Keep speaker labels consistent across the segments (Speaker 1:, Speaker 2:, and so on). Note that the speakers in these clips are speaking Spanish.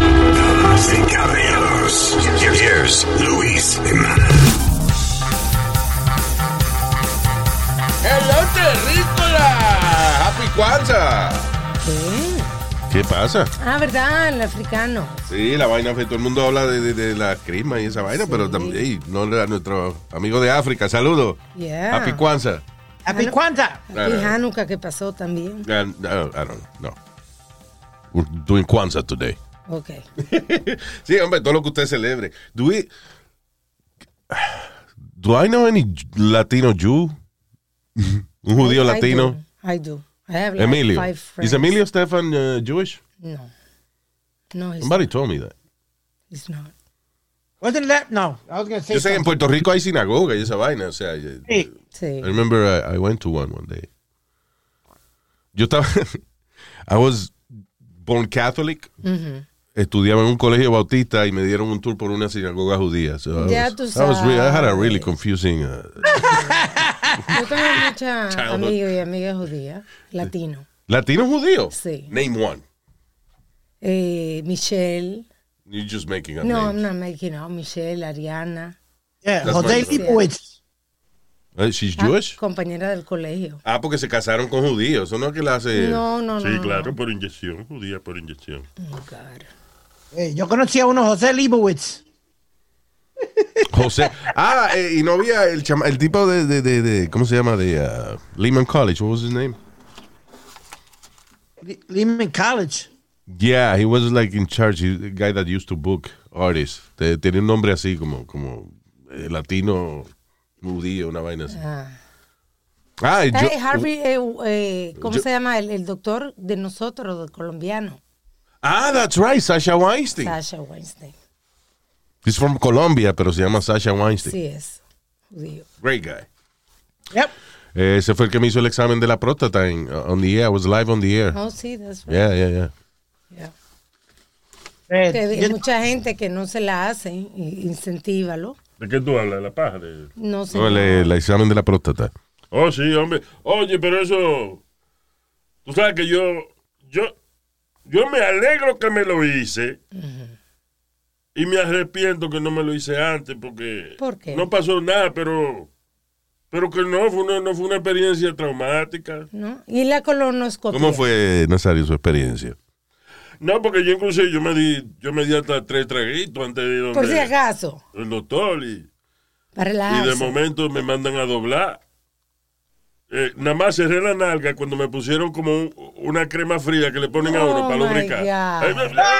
Speaker 1: Damas y caballeros, here's Luis Jiménez.
Speaker 2: ¡Hello, terrícola! ¡Happy Kwanzaa! ¿Qué pasa?
Speaker 3: Ah, ¿verdad? El africano.
Speaker 2: Sí, la vaina, todo el mundo habla de, de- de la crisma y esa vaina, pero también, ey, no le da a nuestro amigo de África, saludo.
Speaker 3: Yeah.
Speaker 2: Happy Kwanzaa.
Speaker 3: Happy Kwanzaa.
Speaker 2: Claro.
Speaker 3: Happy Hanukkah que pasó también.
Speaker 2: Uh, no, I don't know. We're doing Kwanzaa today.
Speaker 3: Ok.
Speaker 2: Sí, hombre, todo lo que usted celebre. Do we... Do I know any Latino Jew? Un judío
Speaker 3: I- I
Speaker 2: latino.
Speaker 3: do. I do. I have like
Speaker 2: Emilio.
Speaker 3: five friends.
Speaker 2: Is Emilio Stefan uh, Jewish?
Speaker 3: No. No, he's,
Speaker 2: Somebody told me that.
Speaker 3: he's not.
Speaker 4: Wasn't that? No, I was gonna say.
Speaker 2: Yo sé que en Puerto Rico hay sinagoga y esa vaina, o sea, yo-
Speaker 4: Sí.
Speaker 3: Sí.
Speaker 2: I remember I, I went to one one day. Yo estaba, I was born Catholic, estudiaba en un colegio bautista y me dieron un tour por una sinagoga judía. So I
Speaker 3: Ya
Speaker 2: was-
Speaker 3: tú
Speaker 2: I was re- I had a really
Speaker 3: sabes.
Speaker 2: confusing. uh,
Speaker 3: Yo tengo muchas
Speaker 2: Childhood.
Speaker 3: amigos y amigas judías, latino.
Speaker 2: ¿Latino judío?
Speaker 3: Sí.
Speaker 2: Name one.
Speaker 3: Eh, Michelle.
Speaker 2: You're just making up
Speaker 3: No,
Speaker 2: names.
Speaker 3: I'm not making out. Michelle, Ariana.
Speaker 4: Yeah,
Speaker 2: That's
Speaker 4: Jose
Speaker 2: my-
Speaker 4: Leibowitz.
Speaker 2: Uh, she's
Speaker 3: Ah,
Speaker 2: Jewish?
Speaker 3: compañera del colegio.
Speaker 2: Ah, porque se casaron con judíos. Eso no es que la hace...
Speaker 3: No, no, no.
Speaker 5: Sí,
Speaker 3: no.
Speaker 5: claro, por inyección, judía por inyección.
Speaker 3: Oh, God.
Speaker 4: Eh, yo conocí a uno José Leibowitz.
Speaker 2: José. Ah, eh, y no había el, chama- el tipo de, de, de, de- ¿cómo se llama? De ah, Lehman College. What was his name?
Speaker 4: Le- Lehman College.
Speaker 2: Yeah, he was like in charge. He, the guy that used to book artists. Te- Tenía un nombre así como, como eh, latino, judío, una vaina así.
Speaker 3: Ah.
Speaker 2: Ah, y yo,
Speaker 3: Eh, Harvey, eh, eh, ¿cómo
Speaker 2: yo-
Speaker 3: se llama? El, el doctor de nosotros, del colombiano,
Speaker 2: ah, that's right, Sasha Weinstein.
Speaker 3: Sasha Weinstein.
Speaker 2: He's from Colombia, pero se llama Sasha Weinstein.
Speaker 3: Sí es judío.
Speaker 2: Great guy.
Speaker 4: Yep.
Speaker 2: Eh, Ese fue el que me hizo el examen de la próstata en, uh, on the air. I was live on the air.
Speaker 3: Oh, sí, that's right.
Speaker 2: Yeah, yeah, yeah.
Speaker 3: yeah.
Speaker 4: Eh,
Speaker 3: Que hay
Speaker 4: yo-
Speaker 3: mucha gente que no se la hace, y- incentívalo.
Speaker 5: ¿De qué tú hablas? ¿La paja? De...
Speaker 3: No se
Speaker 2: No, el, el examen de la próstata.
Speaker 5: Oh, sí, hombre. Oye, pero eso... Tú sabes que yo... Yo, yo me alegro que me lo hice. Y me arrepiento que no me lo hice antes porque...
Speaker 3: ¿Por qué?
Speaker 5: No pasó nada, pero... Pero que no, fue una, no fue una experiencia traumática.
Speaker 3: ¿no? Y la colonoscopia.
Speaker 2: ¿Cómo fue, Nazario, su experiencia?
Speaker 5: No, porque yo inclusive yo me di, yo me di hasta tres traguitos antes de ir donde
Speaker 3: Por si acaso,
Speaker 5: el doctor y...
Speaker 3: para
Speaker 5: Y de
Speaker 3: relajarse.
Speaker 5: momento me mandan a doblar. Eh, nada más cerré la nalga cuando me pusieron como un- una crema fría que le ponen a uno
Speaker 3: Oh,
Speaker 5: para
Speaker 3: my
Speaker 5: lubricar.
Speaker 3: God.
Speaker 5: Ay, bla, bla.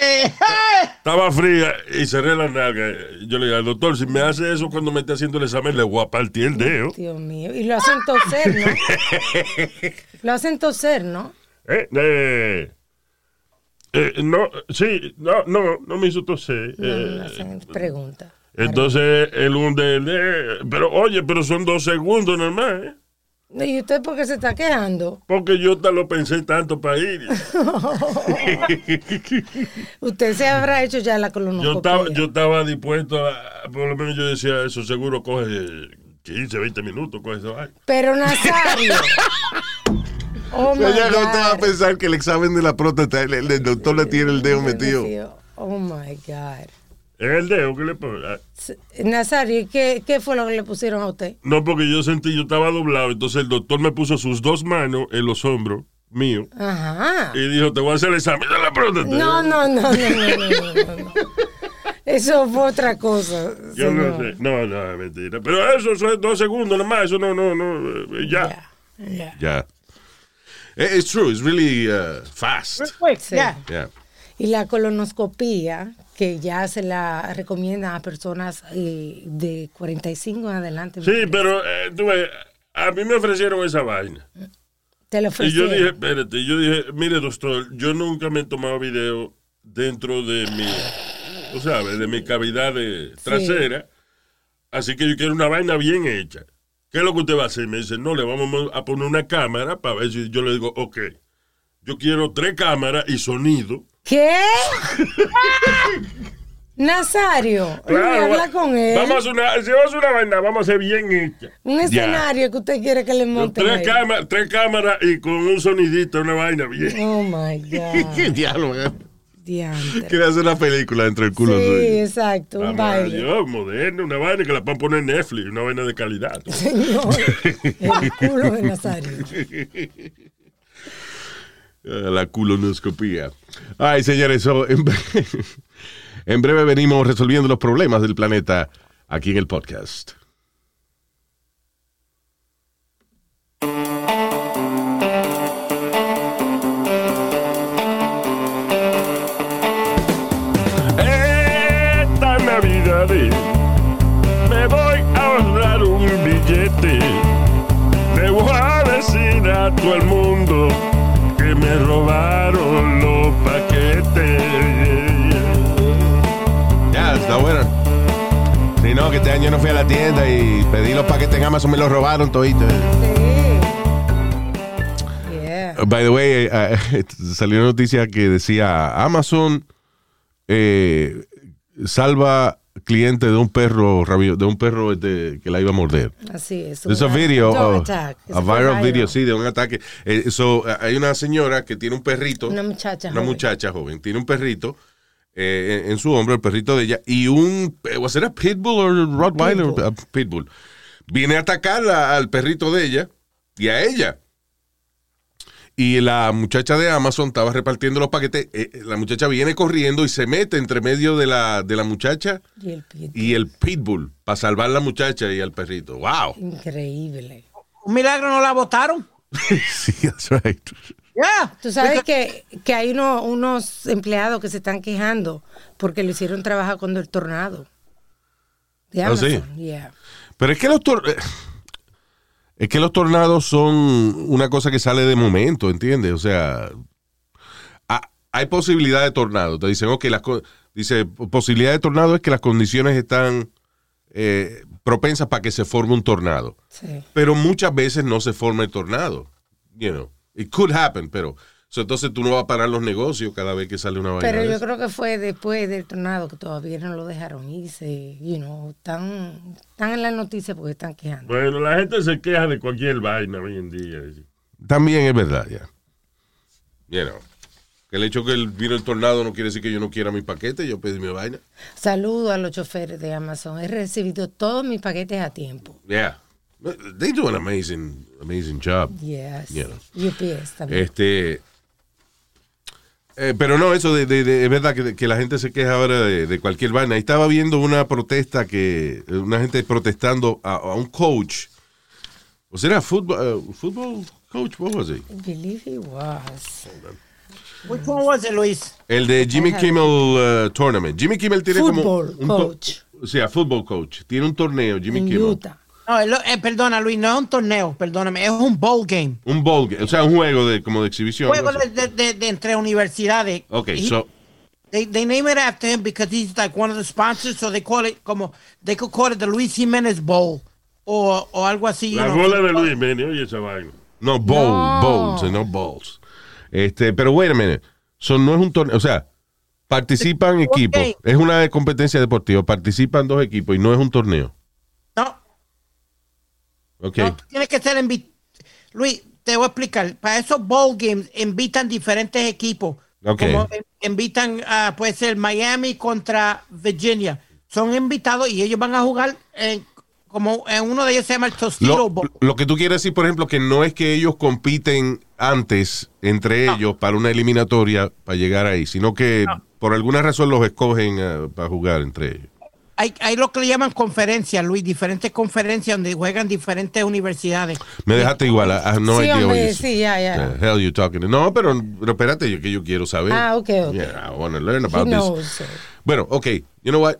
Speaker 4: ¡Hey! ¡Hey!
Speaker 5: Estaba fría y cerré la nalga. Yo le dije al doctor, si me hace eso cuando me esté haciendo el examen, le voy a partir el dedo.
Speaker 3: Dios mío. Y lo hacen toser, ¿no? lo hacen toser, ¿no?
Speaker 5: Eh, eh, eh, no, sí, no, no, no me hizo toser.
Speaker 3: No, no,
Speaker 5: Eh,
Speaker 3: no hacen pregunta.
Speaker 5: entonces él hunde el dedo. Pero oye, pero son dos segundos nada más, ¿eh?
Speaker 3: No, ¿Y usted por qué se está quejando?
Speaker 5: Porque yo hasta lo pensé tanto para ir.
Speaker 3: Usted se habrá hecho ya la colonoscopia.
Speaker 5: Yo estaba, yo estaba dispuesto a, por lo menos yo decía, eso seguro coge 15, 20 minutos, coge esa vaina.
Speaker 3: Pero Nazario. oh my
Speaker 2: Ella no
Speaker 3: God.
Speaker 2: te va a pensar que el examen de la próstata, el, el- el doctor le tiene el dedo metido.
Speaker 3: Oh my God.
Speaker 5: En el dedo que le pon- ah,
Speaker 3: S- Nazario, ¿y ¿qué, qué fue lo que le pusieron a usted?
Speaker 5: No, porque yo sentí, yo estaba doblado, entonces el doctor me puso sus dos manos en los hombros míos
Speaker 3: Ajá.
Speaker 5: y dijo, te voy a hacer el examen de la próstata.
Speaker 3: No, no, no, no, no, no, no, no. Eso fue otra cosa.
Speaker 5: Yo no
Speaker 3: señor.
Speaker 5: sé, no, no, es mentira. Pero eso, eso es dos segundos nomás, eso no, no, no, eh, ya.
Speaker 3: Ya, ya.
Speaker 2: Ya. Eh, It's true, it's really uh, fast.
Speaker 4: Quick,
Speaker 3: Sí.
Speaker 4: yeah.
Speaker 2: Yeah.
Speaker 3: Y la colonoscopía, que ya se la recomienda a personas eh, de 45 en adelante.
Speaker 5: Sí, pero eh, tú ves, a mí me ofrecieron esa vaina.
Speaker 3: Te lo
Speaker 5: Y yo
Speaker 3: ofrecieron.
Speaker 5: dije, espérate, yo dije, mire doctor, yo nunca me he tomado video dentro de mi, tú sabes, de mi cavidad de trasera, así que yo quiero una vaina bien hecha. ¿qué es lo que usted va a hacer? Me dice, no, le vamos a poner una cámara para ver si yo le digo, ok, yo quiero tres cámaras y sonido.
Speaker 3: ¿Qué? Nazario,
Speaker 5: Claro,
Speaker 3: me
Speaker 5: va-
Speaker 3: habla con él.
Speaker 5: Vamos a hacer una, si vamos a hacer una vaina, vamos a hacer bien hecha.
Speaker 3: Un escenario que usted quiere que le
Speaker 5: Con
Speaker 3: monte.
Speaker 5: tres, cámaras, tres cámaras y con un sonidito, una vaina bien.
Speaker 3: Oh my God.
Speaker 2: ¿Qué diablo?
Speaker 3: Diantre.
Speaker 2: Quiere hacer una película entre el culo
Speaker 3: Sí,
Speaker 2: suyo.
Speaker 3: exacto, un
Speaker 5: Vamos,
Speaker 3: baile.
Speaker 5: Dios, moderno, una vaina que la van a poner en Netflix, una vaina de calidad.
Speaker 3: Señor, el culo de Nazario.
Speaker 2: Ah, La culonoscopía. Ay, señores, so, en, bre- en breve venimos resolviendo los problemas del planeta aquí en el podcast.
Speaker 5: Esta Navidad me voy a ahorrar un billete. Le voy a decir a todo el mundo que me robaron los paquetes.
Speaker 2: Ya, está bueno. Si no, que este año no fui a la tienda y pedí los paquetes en Amazon, me los robaron toditos.
Speaker 3: Sí. Yeah.
Speaker 2: By the way, eh, ah, salió una noticia que decía Amazon eh, salva cliente de un perro rabio- de un perro este, que la iba a morder.
Speaker 3: Así es.
Speaker 2: There's a
Speaker 3: un
Speaker 2: video,
Speaker 3: dog
Speaker 2: of-
Speaker 3: attack.
Speaker 2: a
Speaker 3: Eso fue
Speaker 2: viral
Speaker 3: viral.
Speaker 2: video, sí, de un ataque. Eh, so, eh, hay una señora que tiene un perrito,
Speaker 3: Una muchacha
Speaker 2: una
Speaker 3: joven.
Speaker 2: muchacha joven, tiene un perrito eh, en, en su hombro, el perrito de ella, y un, eh, ¿was it a pitbull o rottweiler?
Speaker 3: Pitbull.
Speaker 2: A pitbull. Viene a atacar a- al perrito de ella y a ella. Y la muchacha de Amazon estaba repartiendo los paquetes. eh, la muchacha viene corriendo y se mete entre medio de la, de la muchacha
Speaker 3: Y el pit.
Speaker 2: y el pitbull para salvar a la muchacha y al perrito. ¡Wow!
Speaker 3: Increíble.
Speaker 4: Un milagro no la votaron.
Speaker 2: Sí, that's right.
Speaker 4: Yeah.
Speaker 3: Tú sabes que, que hay uno- unos empleados que se están quejando porque lo hicieron trabajar cuando el tornado. De
Speaker 2: Ah, sí.
Speaker 3: Amazon. Yeah.
Speaker 2: Pero es que los tor- eh, es que los tornados son una cosa que sale de momento, ¿entiendes? O sea, ha- hay posibilidad de tornado. Te dicen, ok, las co- dice, posibilidad de tornado es que las condiciones están eh, propensas para que se forme un tornado.
Speaker 3: Sí.
Speaker 2: Pero muchas veces no se forma el tornado. You know, it could happen, pero so, entonces tú no vas a parar los negocios cada vez que sale una vaina.
Speaker 3: Pero
Speaker 2: de
Speaker 3: yo
Speaker 2: esa.
Speaker 3: creo que fue después del tornado que todavía no lo dejaron irse. You know, están, están en las noticias porque están quejando.
Speaker 5: Bueno, la gente se queja de cualquier vaina hoy en día.
Speaker 2: También es verdad, ya. You know, que el hecho que el- vino el tornado no quiere decir que yo no quiera mi paquete, yo pedí mi vaina.
Speaker 3: Saludo a los choferes de Amazon. He recibido todos mis paquetes a tiempo.
Speaker 2: Yeah. They do an amazing, amazing job.
Speaker 3: Yes.
Speaker 2: Yeah.
Speaker 3: UPS también.
Speaker 2: Este. eh, pero no, eso de, de- de- es verdad que, que la gente se queja ahora de, de cualquier vaina. Ahí Estaba viendo una protesta que. Una gente protestando a, a un coach. ¿O será fútbol? eh, ¿Fútbol coach? ¿What was it?
Speaker 3: I believe he was.
Speaker 4: Which one was it, Luis?
Speaker 2: El de Jimmy
Speaker 3: Ajá.
Speaker 2: Kimmel eh, Tournament. Jimmy Kimmel tiene
Speaker 3: Football
Speaker 2: como. to-
Speaker 3: coach.
Speaker 2: O sea, football coach. Tiene un torneo, Jimmy
Speaker 3: en
Speaker 2: Kimmel.
Speaker 3: Utah.
Speaker 4: No, el- eh, perdona, Luis, no es un torneo, perdóname, es un bowl game.
Speaker 2: Un bowl game, O sea, un juego de, como de exhibición.
Speaker 4: Juego
Speaker 2: ¿no?
Speaker 4: de, de- de- de entre universidades.
Speaker 2: Ok,
Speaker 4: He-
Speaker 2: so.
Speaker 4: They, they name it after him because he's like one of the sponsors, so they call it como they could call it the Luis Jimenez Bowl o, o algo así. you
Speaker 5: La
Speaker 4: know.
Speaker 5: bola de Luis Mene, oye esa vaina.
Speaker 2: No, bowl,
Speaker 3: No.
Speaker 2: bowls, eh, no balls. Este, pero wait a minute. So, no es un torneo. O sea, participan
Speaker 4: Ok.
Speaker 2: equipos. Es una competencia deportiva. Participan dos equipos y no es un torneo.
Speaker 4: No,
Speaker 2: Ok.
Speaker 4: no, tú tienes que ser invi- Luis, te voy a explicar. Para esos bowl games invitan diferentes equipos.
Speaker 2: Ok.
Speaker 4: Como in- invitan a puede ser Miami contra Virginia. Son invitados y ellos van a jugar en- como en uno de ellos se llama el Tostito
Speaker 2: Lo,
Speaker 4: Bowl.
Speaker 2: lo que tú quieres decir, por ejemplo, que no es que ellos compiten antes entre ellos para una eliminatoria para llegar ahí, sino que por alguna razón los escogen eh, para jugar entre ellos.
Speaker 4: Hay, hay lo que le llaman conferencias, Luis, diferentes conferencias donde juegan diferentes universidades.
Speaker 2: Me dejaste igual, I have no
Speaker 3: sí,
Speaker 2: idea what
Speaker 3: hombre,
Speaker 2: you-
Speaker 3: sí, ya, ya.
Speaker 2: the hell you talking. No, pero, pero espérate, yo, que yo quiero saber.
Speaker 3: Ah, ok, ok.
Speaker 2: Yeah, I wanna learn
Speaker 3: He
Speaker 2: about this.
Speaker 3: knows. it.
Speaker 2: Bueno, ok, you know what?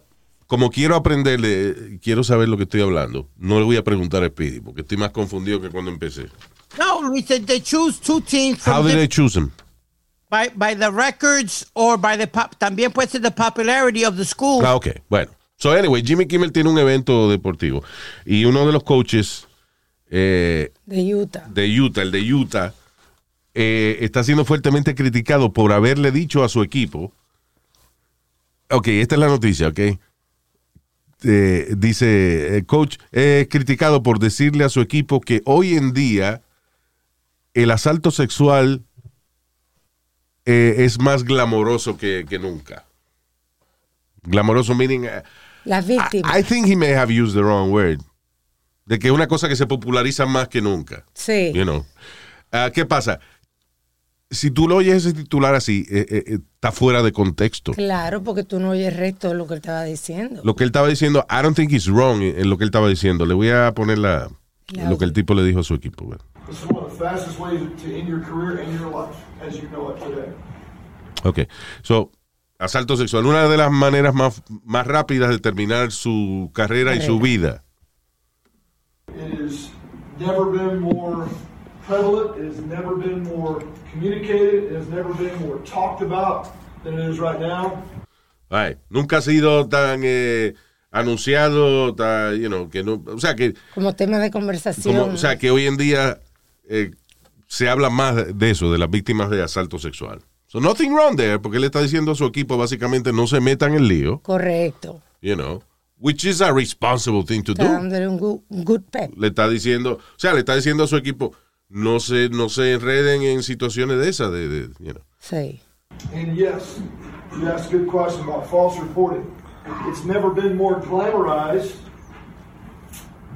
Speaker 2: Como quiero aprenderle, eh, quiero saber lo que estoy hablando, no le voy a preguntar a Speedy, porque estoy más confundido que cuando empecé.
Speaker 4: No, Luis, they, they choose two teams from
Speaker 2: How did
Speaker 4: the-
Speaker 2: they choose him?
Speaker 4: by, by the records or by the pop. También puede ser the popularity of the school.
Speaker 2: Ah, ok, bueno. So, anyway, Jimmy Kimmel tiene un evento deportivo y uno de los coaches eh,
Speaker 3: de Utah.
Speaker 2: de Utah, el de Utah, eh, está siendo fuertemente criticado por haberle dicho a su equipo. Ok, esta es la noticia, ok. Eh, dice, eh, coach, es criticado por decirle a su equipo que hoy en día el asalto sexual eh, es más glamoroso que, que nunca. Glamoroso meaning... eh,
Speaker 3: Las
Speaker 2: I,
Speaker 3: víctimas.
Speaker 2: I think he may have used the wrong word. De que es una cosa que se populariza más que nunca.
Speaker 3: sí.
Speaker 2: You know. Ah, ¿Qué pasa? Si tú lo oyes ese titular así, eh, eh, eh, está fuera de contexto.
Speaker 3: Claro, porque tú no oyes el resto de lo que él estaba diciendo.
Speaker 2: Lo que él estaba diciendo, I don't think he's wrong en en lo que él estaba diciendo. Le voy a poner la,
Speaker 3: La
Speaker 2: lo que el tipo le dijo a su equipo. güey.
Speaker 6: This is one of the fastest ways to end your career and your life as you know it today.
Speaker 2: Ok. So, asalto sexual. Una de las maneras más, más rápidas de terminar su carrera y su vida.
Speaker 6: It has never been more prevalent, it has never been more communicated, it has never been more talked about than it is right now.
Speaker 2: Ay, nunca ha sido tan eh, anunciado, tan, you know, que no, o sea, que
Speaker 3: como tema de
Speaker 2: Como-
Speaker 3: conversación.
Speaker 2: o sea, que hoy en día eh, se habla más de eso, de las víctimas de asalto sexual. So nothing wrong there, porque él está diciendo a su equipo básicamente no se metan en lío,
Speaker 3: Correcto.
Speaker 2: you know, which is a responsible thing to
Speaker 3: Está
Speaker 2: do.
Speaker 3: dándole un good, un good pep.
Speaker 2: Le está diciendo, o sea, le está diciendo a su equipo no se no se enreden en situaciones de esas, de, de- you know.
Speaker 3: Sí.
Speaker 6: And yes, you asked a good question about false reporting. It's never been more glamorized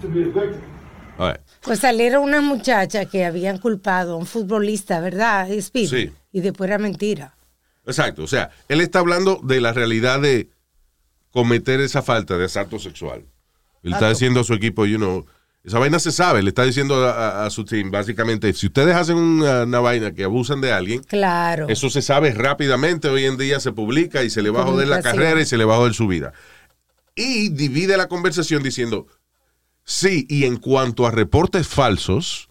Speaker 6: to be a victim.
Speaker 2: All right.
Speaker 3: Pues salieron unas muchachas que habían culpado a un futbolista, ¿verdad? Speedy?
Speaker 2: Sí.
Speaker 3: Y después era mentira.
Speaker 2: Exacto, o sea, él está hablando de la realidad de cometer esa falta de asalto sexual. Él está diciendo a su equipo, you know, esa vaina se sabe, le está diciendo a, a- a su team, básicamente, si ustedes hacen una, una vaina que abusan de alguien,
Speaker 3: Claro.
Speaker 2: eso se sabe rápidamente, hoy en día se publica y se le va a joder la
Speaker 3: Comunicación.
Speaker 2: carrera y se le va a joder su vida. Y divide la conversación diciendo, sí, y en cuanto a reportes falsos,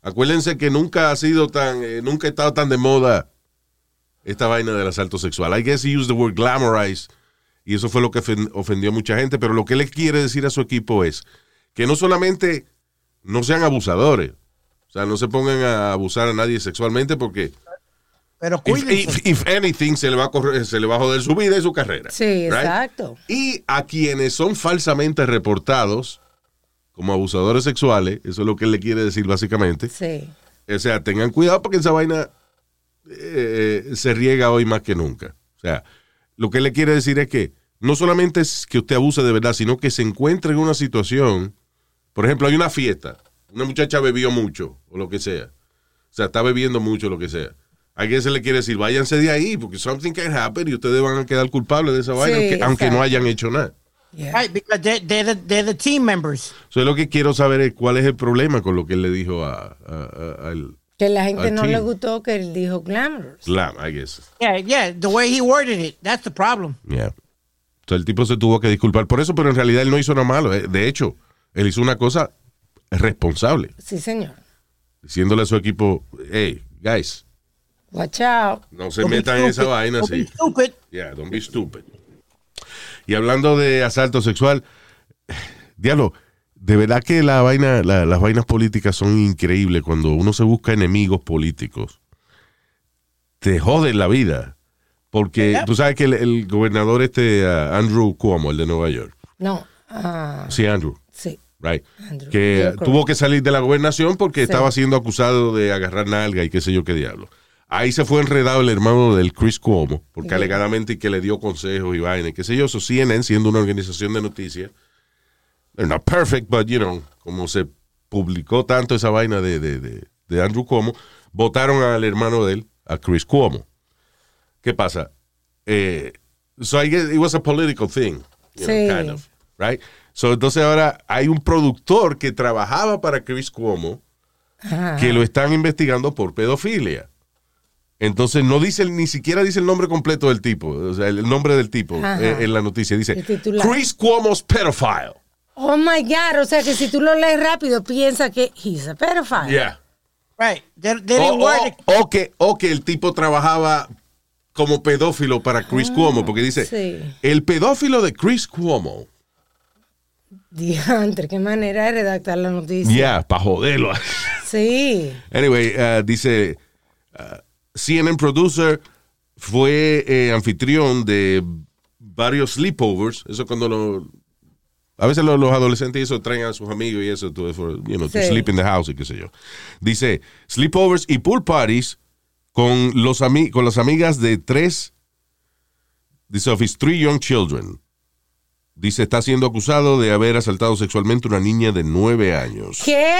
Speaker 2: acuérdense que nunca ha sido tan, eh, nunca ha estado tan de moda esta vaina del asalto sexual. I guess he used the word glamorize, y eso fue lo que ofen- ofendió a mucha gente, pero lo que le quiere decir a su equipo es que no solamente no sean abusadores, o sea, no se pongan a abusar a nadie sexualmente porque
Speaker 4: Pero
Speaker 2: If,
Speaker 4: cuídense.
Speaker 2: if- if anything, se le, va a correr- se le va a joder su vida y su carrera.
Speaker 3: Sí,
Speaker 2: Right?
Speaker 3: exacto.
Speaker 2: Y a quienes son falsamente reportados como abusadores sexuales, eso es lo que él le quiere decir básicamente.
Speaker 3: Sí.
Speaker 2: O sea, tengan cuidado porque esa vaina eh, se riega hoy más que nunca. O sea, lo que él le quiere decir es que no solamente es que usted abuse de verdad, sino que se encuentre en una situación. Por ejemplo, hay una fiesta, una muchacha bebió mucho o lo que sea. O sea, está bebiendo mucho o lo que sea. A alguien se le quiere decir, váyanse de ahí porque something can happen y ustedes van a quedar culpables de esa vaina,
Speaker 3: Sí,
Speaker 2: aunque, aunque no
Speaker 3: exacto.
Speaker 2: hayan hecho nada.
Speaker 3: Yeah.
Speaker 4: Right, because they, they're, the, they're the team members.
Speaker 2: Entonces, lo que quiero saber es cuál es el problema con lo que él le dijo a, a- a- al
Speaker 3: Que la gente
Speaker 2: Al
Speaker 3: no le
Speaker 2: team.
Speaker 3: gustó que él dijo glamorous.
Speaker 2: slam, I guess.
Speaker 4: Yeah, yeah, the way he worded it, that's the problem.
Speaker 2: Yeah. O sea, el tipo se tuvo que disculpar por eso, pero en realidad él no hizo nada malo. eh. De hecho, él hizo una cosa responsable,
Speaker 3: Sí, señor.
Speaker 2: diciéndole a su equipo, hey, guys,
Speaker 3: Watch out.
Speaker 2: no se
Speaker 4: Don't be
Speaker 2: metan en esa
Speaker 4: stupid.
Speaker 2: vaina
Speaker 4: Don't be
Speaker 2: así.
Speaker 4: stupid.
Speaker 2: Yeah, don't be stupid. Y hablando de asalto sexual, diablo, de verdad que la vaina, la- las vainas políticas son increíbles. Cuando uno se busca enemigos políticos, te joden la vida. Porque tú sabes que el, el gobernador este, ah, Andrew Cuomo, el de Nueva York,
Speaker 3: No. Ah,
Speaker 2: Sí, Andrew.
Speaker 3: sí.
Speaker 2: Right.
Speaker 3: Andrew,
Speaker 2: que
Speaker 3: you're correct.
Speaker 2: tuvo que salir de la gobernación porque
Speaker 3: Sí.
Speaker 2: estaba siendo acusado de agarrar nalga y qué sé yo qué diablo. Ahí se fue enredado el hermano del Chris Cuomo, porque
Speaker 3: Sí.
Speaker 2: alegadamente que le dio consejos y vaina y qué sé yo. So CNN, siendo una organización de noticias, they're not perfect, but you know, como se publicó tanto esa vaina de, de, de, de Andrew Cuomo, votaron al hermano de él, a Chris Cuomo. ¿Qué pasa? Eh, so I guess it was a political thing, you know,
Speaker 3: Sí.
Speaker 2: kind of, right? So entonces ahora hay un productor que trabajaba para Chris Cuomo
Speaker 3: Ajá.
Speaker 2: que lo están investigando por pedofilia. Entonces no dice el- ni siquiera dice el nombre completo del tipo, o sea, el nombre del tipo
Speaker 3: Ajá.
Speaker 2: eh, en la noticia dice
Speaker 3: El titular.
Speaker 2: Chris Cuomo's pedophile.
Speaker 3: Oh my God. O sea que si tú lo lees rápido, piensa que he's a pedophile.
Speaker 2: Yeah.
Speaker 4: Right, they, they
Speaker 2: O,
Speaker 4: didn't word it.
Speaker 2: o- o que, o que el tipo trabajaba como
Speaker 4: Ah,
Speaker 2: pedófilo para Chris Cuomo, porque dice,
Speaker 3: sí.
Speaker 2: el pedófilo de Chris Cuomo
Speaker 3: Diantre, qué manera de redactar la noticia.
Speaker 2: Yeah, para joderlo.
Speaker 3: Sí.
Speaker 2: Anyway, uh, dice uh, CNN producer fue eh, anfitrión de varios sleepovers. Eso cuando lo, a veces lo- los adolescentes y eso traen a sus amigos y eso, to, for, you know, to
Speaker 3: Sí.
Speaker 2: sleep in the house y qué sé yo. Dice sleepovers y pool parties con los ami- con las amigas de tres dice of his three young children. Dice está siendo acusado de haber asaltado sexualmente a una niña de nueve años.
Speaker 3: ¿Qué?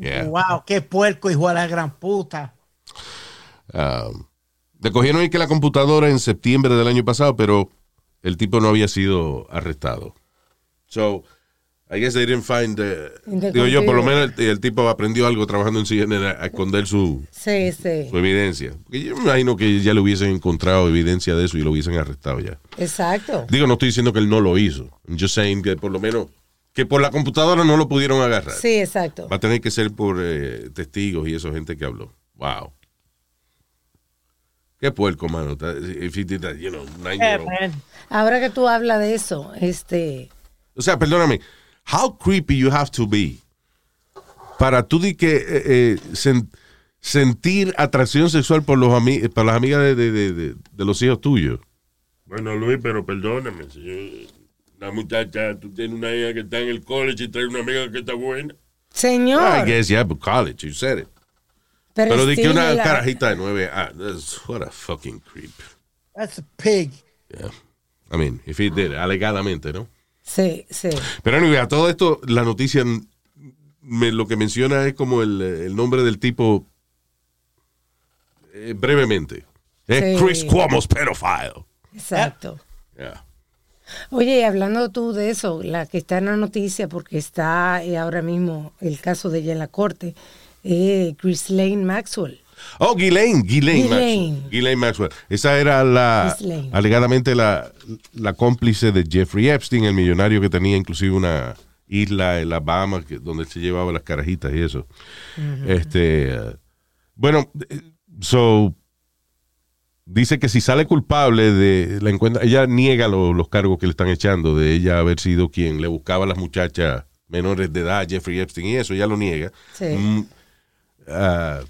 Speaker 2: Yeah.
Speaker 4: Wow, qué puerco, hijo de la gran puta.
Speaker 2: Um, le cogieron ahí que la computadora en septiembre del año pasado, pero el tipo no había sido arrestado. So, I guess they didn't find. the-
Speaker 3: In the
Speaker 2: digo yo, por lo
Speaker 3: computer.
Speaker 2: menos el, el tipo aprendió algo trabajando en CNN a, a esconder su,
Speaker 3: Sí, sí.
Speaker 2: su evidencia. Porque yo me imagino que ya le hubiesen encontrado evidencia de eso y lo hubiesen arrestado ya.
Speaker 3: Exacto.
Speaker 2: Digo, no estoy diciendo que él no lo hizo. I'm just saying que por lo menos que por la computadora no lo pudieron agarrar.
Speaker 3: Sí, exacto.
Speaker 2: Va a tener que ser por eh, testigos y eso, gente que habló. Wow. Qué puerco, mano. eh, Ta- If he did that, you know, nine
Speaker 4: Eh,
Speaker 2: year old.
Speaker 4: man.
Speaker 3: Ahora que tú hablas de eso, este,
Speaker 2: O sea, perdóname. How creepy you have to be para tú di que eh, eh, sen- sentir atracción sexual por, los ami- por las amigas de, de- de- de- de los hijos tuyos.
Speaker 5: Bueno, Luis, pero perdóname. Si yo- la muchacha, tú tienes una hija que está en el college y traes una amiga que está buena.
Speaker 3: señor,
Speaker 2: I guess, yeah, but college, you said it.
Speaker 3: pero,
Speaker 2: Pero di que
Speaker 3: estímela.
Speaker 2: una carajita de nueve. Ah, that's- what a fucking creep.
Speaker 4: That's a pig.
Speaker 2: Yeah. I mean, if he did, alegadamente, ¿no?
Speaker 3: Sí, sí.
Speaker 2: Pero anyway, a todo esto, la noticia mm, me- lo que menciona es como el, eh, el nombre del tipo eh, brevemente. Es
Speaker 3: Sí.
Speaker 2: Chris Cuomo's pedophile.
Speaker 3: Exacto.
Speaker 2: Yeah.
Speaker 3: Oye, y hablando tú de eso, la que está en la noticia, porque está eh, ahora mismo el caso de ella en la corte, eh, Lane Maxwell.
Speaker 2: Oh, Ghislaine, Ghislaine,
Speaker 3: Ghislaine.
Speaker 2: Maxwell. Ghislaine Maxwell. Esa era la,
Speaker 3: Ghislaine.
Speaker 2: alegadamente la, la cómplice de Jeffrey Epstein, el millonario que tenía inclusive una isla en las Bahamas que- donde se llevaba las carajitas y eso. Este, eh, bueno, eh, so dice que si sale culpable de la encuentra, ella niega lo- los cargos que le están echando de ella haber sido quien le buscaba a las muchachas menores de edad, Jeffrey Epstein y eso, ella lo niega.
Speaker 3: Sí.
Speaker 2: Mm, ah,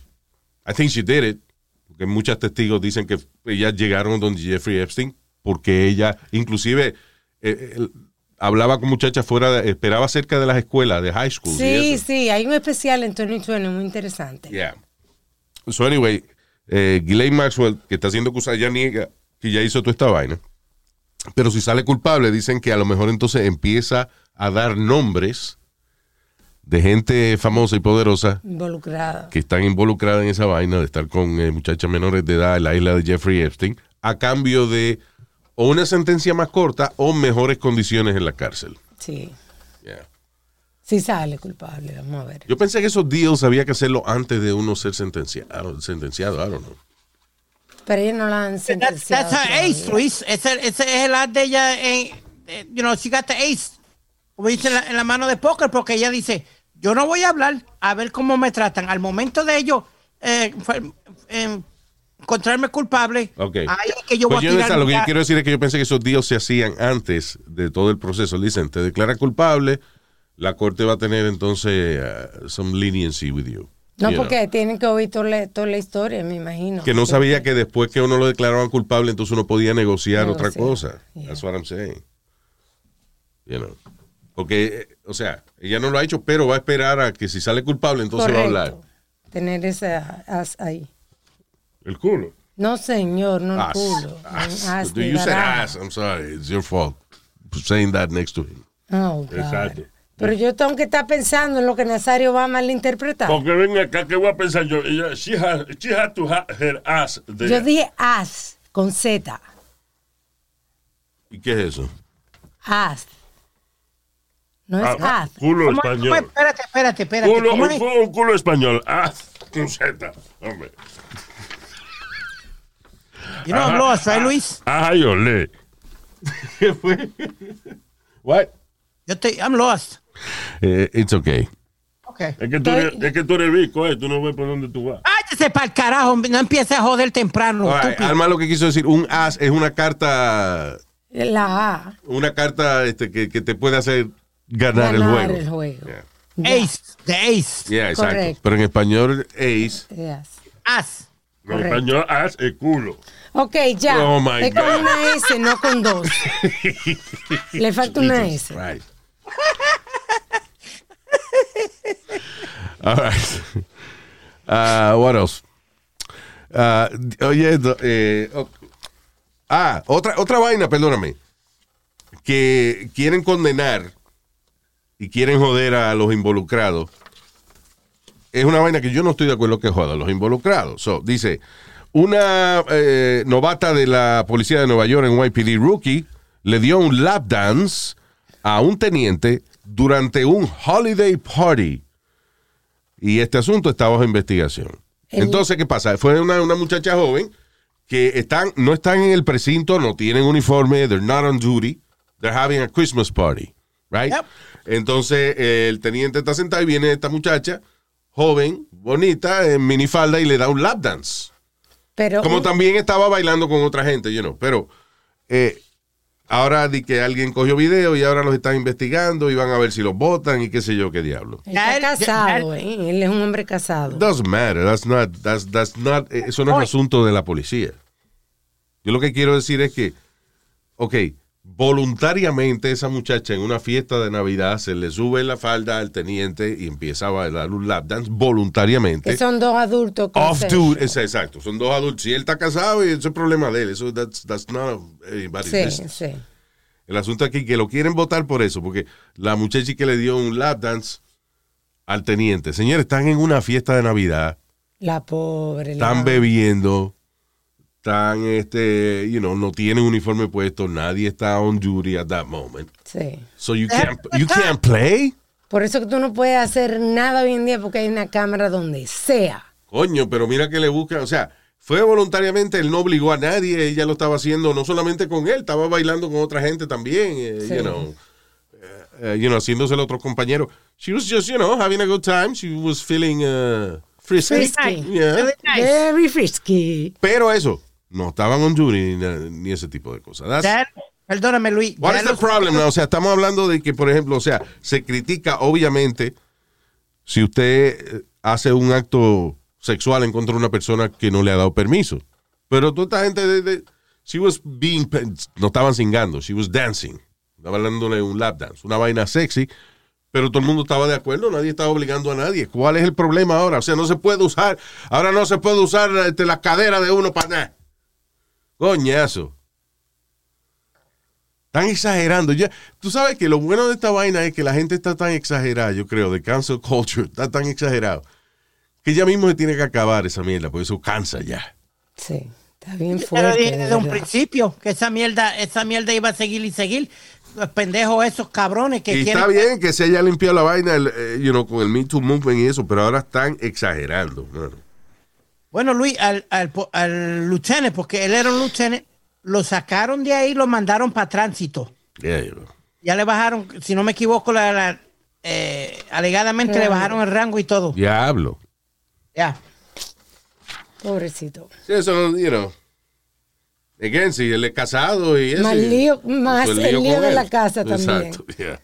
Speaker 2: I think she did it. Porque muchos testigos dicen que ellas llegaron donde Jeffrey Epstein porque ella, inclusive, eh, él hablaba con muchachas fuera, de- esperaba cerca de las escuelas, de high school. y
Speaker 3: Sí,
Speaker 2: eso.
Speaker 3: sí, hay un especial en Tony Twenty muy interesante.
Speaker 2: Yeah. So anyway, eh, Ghislaine Maxwell, que está siendo acusada, ya niega que ya hizo toda esta vaina. Pero si sale culpable, dicen que a lo mejor entonces empieza a dar nombres de gente famosa y poderosa
Speaker 3: Involucrada.
Speaker 2: que están involucradas en esa vaina de estar con eh, muchachas menores de edad en la isla de Jeffrey Epstein a cambio de o una sentencia más corta o mejores condiciones en la cárcel.
Speaker 3: Sí.
Speaker 2: Yeah.
Speaker 3: Sí sale culpable, vamos a ver.
Speaker 2: Yo pensé que esos deals había que hacerlo antes de uno ser sentenciado. sentenciado I don't know.
Speaker 3: Pero ellos no la han
Speaker 4: That's,
Speaker 3: sentenciado.
Speaker 4: that's her
Speaker 3: todavía.
Speaker 4: ace, Luis. Ese, ese es el as de ella. En, eh, you know, she got the ace. Como dice en la, en la mano de póker, porque ella dice: Yo no voy a hablar a ver cómo me tratan. Al momento de ello, eh, fue- eh, encontrarme culpable.
Speaker 2: Ok.
Speaker 4: Ahí es que yo
Speaker 2: Pues
Speaker 4: voy
Speaker 2: yo
Speaker 4: a tirar
Speaker 2: esa- lo que yo
Speaker 4: la-
Speaker 2: quiero decir es que yo pensé que esos deals se hacían antes de todo el proceso. Le dicen, te declara culpable, la corte va a tener entonces uh, some leniency with you.
Speaker 3: No,
Speaker 2: You
Speaker 3: porque tienen que oír toda la, toda la historia, me imagino.
Speaker 2: know. Que no sabía que después que uno lo declaraban culpable, entonces uno podía negociar otra
Speaker 3: Negociar,
Speaker 2: cosa.
Speaker 3: yeah.
Speaker 2: That's what I'm saying. You know. Porque, eh, o sea, ella no lo ha hecho, pero va a esperar a que si sale culpable, entonces va a hablar.
Speaker 3: Correcto. Tener esa as ahí.
Speaker 5: El culo.
Speaker 3: No, señor, no el
Speaker 2: Ass,
Speaker 3: culo.
Speaker 2: ass.
Speaker 3: Un as
Speaker 2: Do
Speaker 3: de
Speaker 2: you said
Speaker 3: garaje.
Speaker 2: ass. I'm sorry. It's your fault. for Saying that next to him.
Speaker 3: Oh, God.
Speaker 5: Exacto.
Speaker 3: Pero yo tengo que estar pensando en lo que Nazario va a malinterpretar.
Speaker 5: Porque ven acá, ¿qué voy a pensar yo? Ella, she, has, she had to have her ass there.
Speaker 3: Yo dije as con Z.
Speaker 2: ¿Y qué es eso?
Speaker 3: As. No es
Speaker 5: Ah,
Speaker 3: as.
Speaker 5: culo
Speaker 2: Pues,
Speaker 4: ¿Cómo- cómo-
Speaker 5: español.
Speaker 4: espérate, espérate, espérate.
Speaker 5: Culo,
Speaker 4: ¿Cómo
Speaker 5: un,
Speaker 4: es?
Speaker 5: culo, un culo español. Haz con Z. Hombre.
Speaker 4: You know, I'm lost, right, Luis?
Speaker 5: Ay, olé.
Speaker 2: What?
Speaker 4: Yo estoy, I'm lost.
Speaker 2: Eh, it's okay.
Speaker 4: Okay.
Speaker 2: Eh.
Speaker 5: Es que, tú eres, es que tú eres bico, eh. Tú no ves por dónde tú vas.
Speaker 4: Cállese para el carajo, no empieces a joder temprano.
Speaker 2: Alma
Speaker 4: estúpido.
Speaker 2: lo que quiso decir, un as es una carta,
Speaker 3: La A.
Speaker 2: una carta este, que, que te puede hacer ganar, el juego.
Speaker 3: el juego.
Speaker 2: Yeah.
Speaker 4: Ace, de Ace.
Speaker 2: Yeah, exacto.
Speaker 3: Correcto.
Speaker 2: Pero en español, ace.
Speaker 3: Yes.
Speaker 4: As.
Speaker 5: En
Speaker 3: Correcto.
Speaker 5: español, haz el culo.
Speaker 3: Ok, ya.
Speaker 2: Oh, my
Speaker 3: es con
Speaker 2: God.
Speaker 3: una S, no con dos. Le falta una
Speaker 2: Jesus
Speaker 3: S.
Speaker 2: Christ. All right. Uh, what else? Uh, oye, do- eh, o- ah, otra, otra vaina, perdóname. Que quieren condenar y quieren joder a los involucrados. Es una vaina que yo no estoy de acuerdo que joda a los involucrados. So, dice, una eh, novata de la policía de Nueva York en YPD Rookie le dio un lap dance a un teniente durante un holiday party. Y este asunto está bajo investigación.
Speaker 3: El-
Speaker 2: Entonces, ¿qué pasa? Fue una, una muchacha joven que están, no están en el precinto, no tienen uniforme, they're not on duty, they're having a Christmas party, right?
Speaker 4: Yep.
Speaker 2: Entonces, eh, el teniente está sentado y viene esta muchacha, joven, bonita, en minifalda y le da un lap dance.
Speaker 3: Pero
Speaker 2: Como
Speaker 3: un-
Speaker 2: también estaba bailando con otra gente, you know. Pero eh, ahora di que alguien cogió video y ahora los están investigando y van a ver si los votan y qué sé yo qué diablo.
Speaker 3: está
Speaker 4: Ya él- ya-
Speaker 3: casado, ¿eh? Él es un hombre casado.
Speaker 2: Doesn't matter. That's not, that's, that's not, eh, eso no es asunto de la policía. Yo lo que quiero decir es que, ok, voluntariamente esa muchacha en una fiesta de Navidad se le sube la falda al teniente y empieza a bailar un lap dance voluntariamente.
Speaker 3: Que son dos adultos. con
Speaker 2: Eh, Off
Speaker 3: sexo.
Speaker 2: duty, es- exacto, son dos adultos. Si él está casado, y eso es problema de él. Eso, that's, that's not anybody's
Speaker 3: Sí,
Speaker 2: business.
Speaker 3: sí.
Speaker 2: El asunto aquí es que lo quieren votar por eso, porque la muchacha que le dio un lap dance al teniente. Señores, están en una fiesta de Navidad,
Speaker 3: La pobre. la-
Speaker 2: están bebiendo, están, este, you know, no tienen uniforme puesto, nadie está on duty at that moment.
Speaker 3: Sí.
Speaker 2: So you can't, you can't play.
Speaker 3: Por eso que tú no puedes hacer nada hoy en día porque hay una cámara donde sea.
Speaker 2: Coño, pero mira que le busca, o sea, fue voluntariamente, él no obligó a nadie, ella lo estaba haciendo no solamente con él, estaba bailando con otra gente también, eh,
Speaker 3: Sí.
Speaker 2: you know, eh, eh, you know, haciéndoselo a otros compañeros. She was just, you know, having a good time, she was feeling uh, frisky.
Speaker 3: Frisky.
Speaker 2: Yeah.
Speaker 4: Really nice.
Speaker 3: Very frisky.
Speaker 2: Pero eso, no estaban on duty ni, na- ni ese tipo de cosas. That's-
Speaker 4: Ya- perdóname, Luis.
Speaker 2: What
Speaker 4: ya
Speaker 2: is the
Speaker 4: los-
Speaker 2: problem now? O sea, estamos hablando de que, por ejemplo, o sea, se critica, obviamente, si usted eh, hace un acto sexual en contra de una persona que no le ha dado permiso. Pero toda esta gente, de, de- she was being, pe- no estaban singando, she was dancing. Estaba hablándole de un lap dance, una vaina sexy, pero todo el mundo estaba de acuerdo, nadie estaba obligando a nadie. ¿Cuál es el problema ahora? O sea, no se puede usar, ahora no se puede usar este, la cadera de uno para nada. Coñazo. Están exagerando. Ya, tú sabes que lo bueno de esta vaina es que la gente está tan exagerada, yo creo, de cancel culture, está tan exagerado, que ya mismo se tiene que acabar esa mierda, porque eso cansa ya.
Speaker 3: Sí. Está bien
Speaker 4: Ya lo
Speaker 3: fuerte.
Speaker 4: dije
Speaker 3: de
Speaker 4: desde un
Speaker 3: verdad.
Speaker 4: principio que esa mierda, esa mierda iba a seguir y seguir. Los pendejos esos cabrones que
Speaker 2: Y
Speaker 4: quieren.
Speaker 2: está bien que se haya limpiado la vaina el, eh, you know, con el Me Too Movement y eso, pero ahora están exagerando. mano.
Speaker 4: Bueno, Luis, al, al, po- al lieutenant, porque él era un lieutenant, lo sacaron de ahí y lo mandaron para tránsito.
Speaker 2: Yeah, you know.
Speaker 4: Ya le bajaron, si no me equivoco, la, la- eh, alegadamente le bajaron el rango y todo. Ya.
Speaker 2: Diablo.
Speaker 3: Pobrecito.
Speaker 2: Sí, eso no, you know. Again, si él es casado y eso.
Speaker 3: Más
Speaker 2: y-
Speaker 3: lío- más
Speaker 2: eso es
Speaker 3: el lío
Speaker 2: con
Speaker 3: de
Speaker 2: él.
Speaker 3: la casa también.
Speaker 2: Exacto, yeah.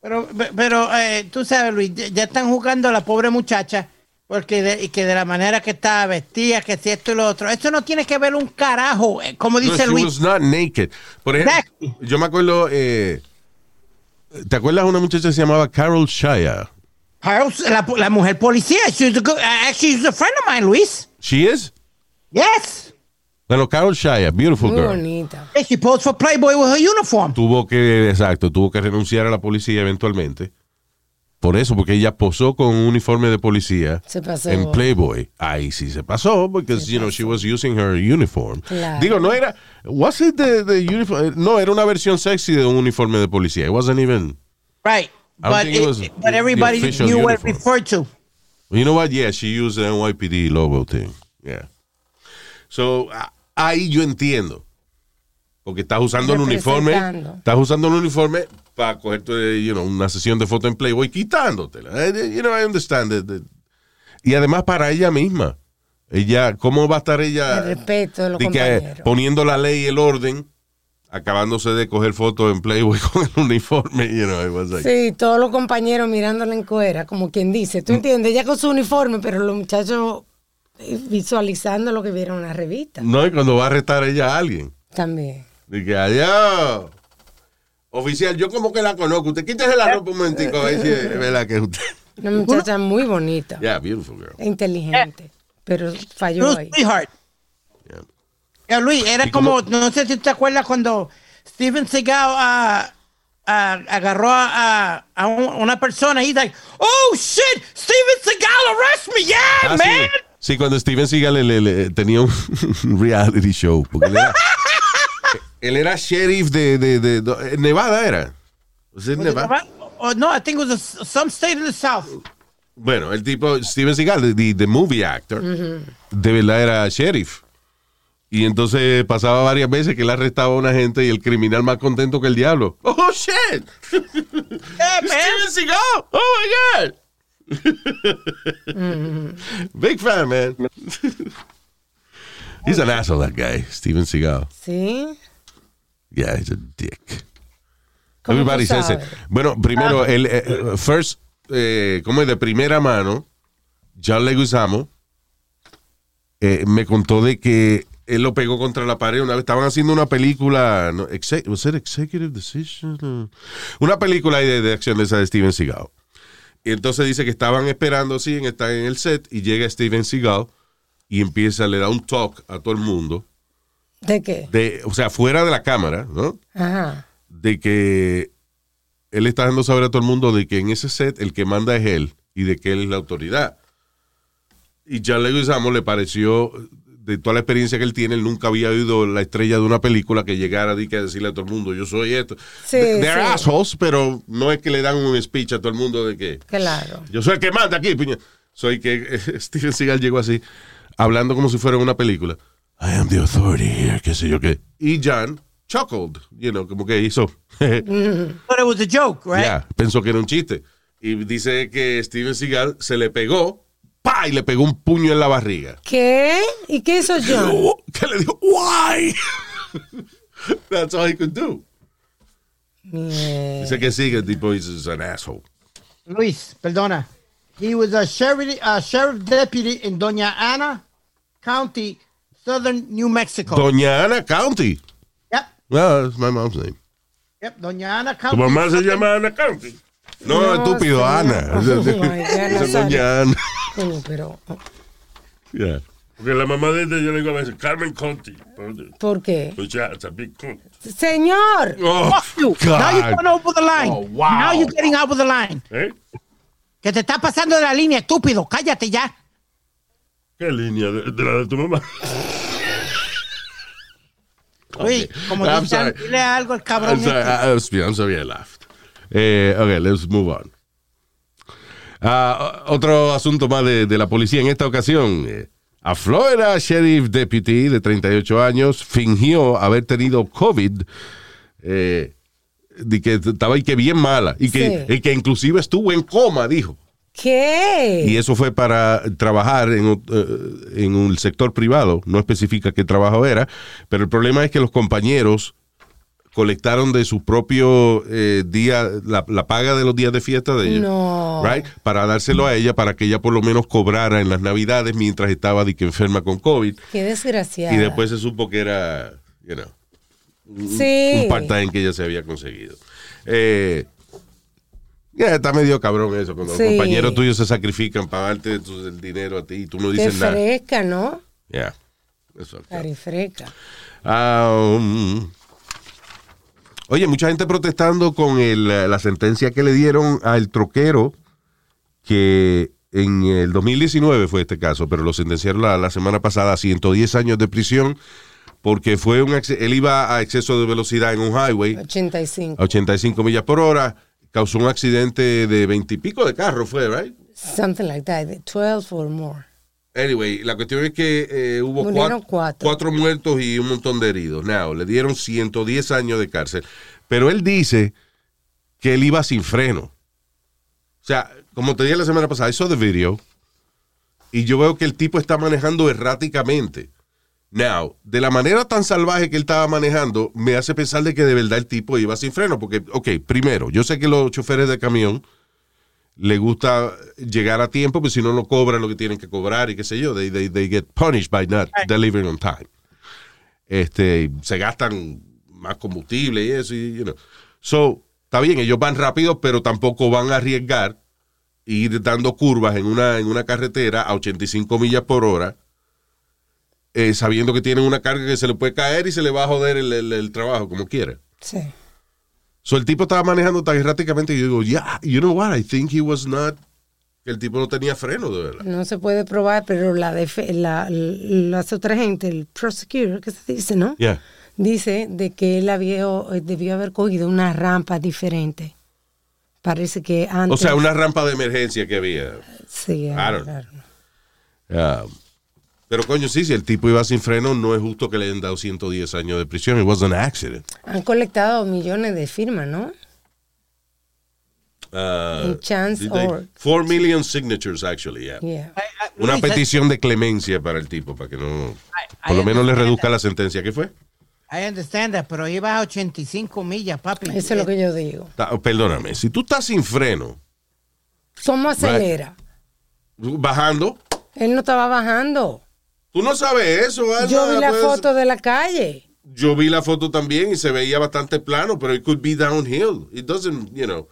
Speaker 4: Pero, pero eh, tú sabes, Luis, ya- ya están jugando a la pobre muchacha porque de, y que de la manera que está vestida, que si esto y lo otro. Esto no tiene que ver un carajo, eh, como
Speaker 2: No,
Speaker 4: dice
Speaker 2: she
Speaker 4: Luis.
Speaker 2: was not naked. Por ejemplo,
Speaker 4: Exacto.
Speaker 2: yo me acuerdo, eh, ¿te acuerdas de una muchacha que se llamaba Carol Shire?
Speaker 4: House, La, la mujer policía, she's a, good- uh, actually she's a friend of mine, Luis.
Speaker 2: She is?
Speaker 4: Yes.
Speaker 2: Bueno, Carol Shire, beautiful
Speaker 3: Muy
Speaker 2: girl.
Speaker 3: bonita.
Speaker 4: Yeah, She posed for Playboy with her uniform.
Speaker 2: Tuvo que, exacto, tuvo que renunciar a la policía eventualmente. Por eso, porque ella posó con un uniforme de policía
Speaker 3: Se pasó.
Speaker 2: en Playboy. Ahí sí se pasó, porque, you know, she was using her uniform.
Speaker 3: Claro.
Speaker 2: Digo, no era, was it the, the uniform? No, era una versión sexy de un uniforme de policía. It wasn't even...
Speaker 4: Right.
Speaker 2: I don't
Speaker 4: But,
Speaker 2: think it
Speaker 4: it-
Speaker 2: was
Speaker 4: but
Speaker 2: the
Speaker 4: everybody
Speaker 2: official
Speaker 4: knew what it
Speaker 2: uniform.
Speaker 4: referred to.
Speaker 2: Well, You know what? Yeah, she used the NYPD logo thing. Yeah. So, a- ahí yo entiendo. Porque estás usando el uniforme.
Speaker 3: Representando.
Speaker 2: Estás usando el uniforme para cogerte, you know, una sesión de foto en Playboy quitándotela. Eh, You know, I understand. that- that- Y además para ella misma. Ella, ¿cómo va a estar ella?
Speaker 3: El respeto de los
Speaker 2: de Ah, que, eh,
Speaker 3: compañeros.
Speaker 2: poniendo la ley y el orden acabándose de coger fotos en Playboy con el uniforme. You know, it was like,
Speaker 3: Sí, todos los compañeros mirándola en cuera, como quien dice.
Speaker 2: Mm.
Speaker 3: ¿Tú entiendes? Ella con su uniforme, pero los muchachos eh, visualizando lo que vieron en la revista.
Speaker 2: No, y cuando va a arrestar ella a alguien.
Speaker 3: También.
Speaker 2: Dije, adiós. Oficial, yo como que la conozco. Usted quítese la ropa un momentico a ver si es verdad que es usted.
Speaker 3: Una muchacha muy bonita,
Speaker 2: Yeah, beautiful girl.
Speaker 3: e inteligente, pero falló
Speaker 4: Bruce
Speaker 3: ahí.
Speaker 4: Sweetheart.
Speaker 2: Yeah.
Speaker 4: Ya, Luis, era como, no sé si te acuerdas cuando Steven Seagal ah, ah, agarró a, a- a un- una persona y like, oh shit, Steven Seagal arrest me, yeah,
Speaker 2: Ah, sí.
Speaker 4: man.
Speaker 2: Sí, cuando Steven Seagal le- le- le- tenía un reality show. Porque él era, él era sheriff de, de- de- de- eh, Nevada, era. Pues ¿Was it Nevada?
Speaker 4: Oh, no, I think it was a- some state in the south.
Speaker 2: Bueno, el tipo, Steven Seagal, the, the- the movie actor, de verdad era sheriff. Y entonces pasaba varias veces que él arrestaba a una gente y el criminal más contento que el diablo. ¡Oh, shit!
Speaker 4: Yeah, man.
Speaker 2: ¡Steven Seagal! ¡Oh, my God! Big fan, man. he's an asshole, that guy, Steven Seagal.
Speaker 3: ¿Sí?
Speaker 2: Yeah, he's a dick.
Speaker 3: ¿Cómo
Speaker 2: Everybody
Speaker 3: tú
Speaker 2: says it.
Speaker 3: sabes? Ah.
Speaker 2: Bueno, primero, el eh, first, eh, como es de primera mano, John Leguizamo eh, me contó de que él lo pegó contra la pared una vez. Estaban haciendo una película, no, exe- was it Executive Decision? No. Una película de, de acción de esa de Steven Seagal. Y entonces dice que estaban esperando, sí, en- están en el set y llega Steven Seagal y empieza, le da un talk a todo el mundo,
Speaker 3: ¿De qué?
Speaker 2: de, o sea, fuera de la cámara, ¿no?
Speaker 3: Ajá.
Speaker 2: de que él está dando saber a todo el mundo de que en ese set el que manda es él y de que él es la autoridad. Y John Leguizamo le pareció, de toda la experiencia que él tiene, él nunca había oído la estrella de una película que llegara de que a decirle a todo el mundo, yo soy esto.
Speaker 3: Sí,
Speaker 2: They're
Speaker 3: sí.
Speaker 2: assholes, pero no es que le dan un speech a todo el mundo de que
Speaker 3: Claro.
Speaker 2: yo soy el que manda aquí, piña. Soy que eh, Steven Seagal llegó así, hablando como si fuera una película. I am the authority here, qué sé yo qué. Y John chuckled, you know, como que hizo.
Speaker 4: But it was a joke, right?
Speaker 2: Ya, pensó que era un chiste. Y dice que Steven Seagal se le pegó, pa, y le pegó un puño en la barriga.
Speaker 3: ¿Qué? ¿Y qué hizo John?
Speaker 2: Que le dijo, why? That's all he could do.
Speaker 3: Mie-
Speaker 2: Dice que sí, que el tipo es an asshole.
Speaker 4: Luis, perdona. He was a sheriff, a sheriff deputy in Doña Ana County, southern New Mexico.
Speaker 2: Doña Ana County.
Speaker 4: yep,
Speaker 2: No, that's my mom's name.
Speaker 4: yep, Doña Ana
Speaker 5: Tu
Speaker 4: County.
Speaker 5: mamá se llama Ana County.
Speaker 2: No, estúpido,
Speaker 3: señor.
Speaker 2: Ana.
Speaker 3: Oh, my God,
Speaker 2: Esa es
Speaker 3: Nazario.
Speaker 2: Doña Ana.
Speaker 3: Coño, pero
Speaker 2: Yeah.
Speaker 5: Porque la mamá de ella, yo le digo a veces, Carmen Conti.
Speaker 3: ¿por qué?
Speaker 5: Pues ya, it's a big Conti.
Speaker 3: Señor,
Speaker 2: Oh,
Speaker 4: Fuck you. Now you're going over the line. Now you're getting over the line.
Speaker 5: ¿Eh?
Speaker 4: Que te está pasando de la línea, estúpido. Cállate ya.
Speaker 5: ¿Qué línea? ¿De, de la de tu mamá?
Speaker 4: Luis, como
Speaker 2: I'm
Speaker 4: dice,
Speaker 2: sorry.
Speaker 4: dile algo al cabrón.
Speaker 2: I'm sorry,
Speaker 4: este.
Speaker 2: I, I'm sorry, ah, I'm sorry I laughed. Eh, ok, let's move on. Ah, o- otro asunto más de, de la policía en esta ocasión. Eh, A Florida Sheriff Deputy de 38 años fingió haber tenido COVID. eh, de que estaba y que bien mala. Y que,
Speaker 3: Sí.
Speaker 2: y que inclusive estuvo en coma, dijo. Y
Speaker 3: ¿qué?
Speaker 2: eso fue para trabajar en, un- eh, en un sector privado, no especifica qué trabajo era, pero el problema es que los compañeros colectaron de su propio eh, día, la, la paga de los días de fiesta de ella,
Speaker 3: No.
Speaker 2: right? para dárselo a ella, para que ella por lo menos cobrara en las navidades mientras estaba de que enferma con COVID,
Speaker 3: Qué desgraciada.
Speaker 2: y después se supo que era, you know,
Speaker 3: sí.
Speaker 2: un part-time que ella se había conseguido. Eh, ya está medio cabrón eso, cuando
Speaker 3: Sí.
Speaker 2: los compañeros tuyos se sacrifican para darte tu- el dinero a ti y tú no
Speaker 3: Qué
Speaker 2: dices nada. Ya,
Speaker 3: fresca, ¿no?
Speaker 2: eso.
Speaker 3: Carifresca.
Speaker 2: Ah, mm. oye, mucha gente protestando con el, eh, la sentencia que le dieron al troquero que en el 2019 fue este caso, pero lo sentenciaron la, la semana pasada a 110 años de prisión porque fue un acce- él iba a exceso de velocidad en un highway a
Speaker 3: 85.
Speaker 2: 85 millas por hora, causó un accidente de 20 y pico de carro, fue, right?
Speaker 3: Something like that. 12 or more.
Speaker 2: Anyway, la cuestión es que eh, hubo
Speaker 3: Murieron
Speaker 2: cuat-
Speaker 3: cuatro.
Speaker 2: cuatro muertos y un montón de heridos. Now, le dieron 110 años de cárcel. Pero él dice que él iba sin freno. O sea, como te dije la semana pasada, eso de video. Y yo veo que el tipo está manejando erráticamente. Now, de la manera tan salvaje que él estaba manejando, me hace pensar de que de verdad el tipo iba sin freno. Porque, ok, primero, yo sé que los choferes de camión le gusta llegar a tiempo, porque si no, no cobran lo que tienen que cobrar y qué sé yo. They, they, they get punished by not delivering on time. Este, se gastan más combustible y eso, y, you know. So, está bien, ellos van rápido, pero tampoco van a arriesgar ir dando curvas en una, en una carretera a 85 millas por hora, eh, sabiendo que tienen una carga que se le puede caer y se le va a joder el, el- el trabajo, como quiera.
Speaker 3: Sí.
Speaker 2: So, el tipo estaba manejando tan erráticamente y yo digo, yeah, you know what, I think he was not, que el tipo no tenía freno, de verdad.
Speaker 3: No se puede probar, pero la, def- la, las otra gente, el prosecutor, que se dice, ¿no?
Speaker 2: Yeah.
Speaker 3: Dice de que él había, eh, debió haber cogido una rampa diferente. Parece que antes.
Speaker 2: O sea, una rampa de emergencia que había.
Speaker 3: Sí,
Speaker 2: Claro.
Speaker 3: claro.
Speaker 2: Ah, pero coño, sí, si el tipo iba sin freno, no es justo que le hayan dado 110 años de prisión. It was an accident.
Speaker 3: Han colectado millones de firmas, ¿no?
Speaker 2: Ah,
Speaker 3: Un chance
Speaker 2: did they-
Speaker 3: or-
Speaker 2: Four million signatures, actually, yeah.
Speaker 3: Yeah.
Speaker 4: Ay, ay,
Speaker 2: Una
Speaker 4: Luis,
Speaker 2: petición de clemencia para el tipo, para que no.
Speaker 4: I-
Speaker 2: Por
Speaker 4: I
Speaker 2: lo menos le
Speaker 4: understand
Speaker 2: reduzca la sentencia. ¿Qué fue?
Speaker 4: I understand that, pero iba a 85 millas, papi.
Speaker 3: Eso es lo que yo digo.
Speaker 2: Ta- oh, Perdóname, si tú estás sin freno,
Speaker 3: ¿Cómo acelera?
Speaker 2: bajando,
Speaker 3: Él no estaba bajando.
Speaker 2: tú no sabes eso, Alma,
Speaker 3: Yo vi la
Speaker 2: pues.
Speaker 3: foto de la calle.
Speaker 2: Yo vi la foto también y se veía bastante plano, pero it could be downhill. It doesn't, you know.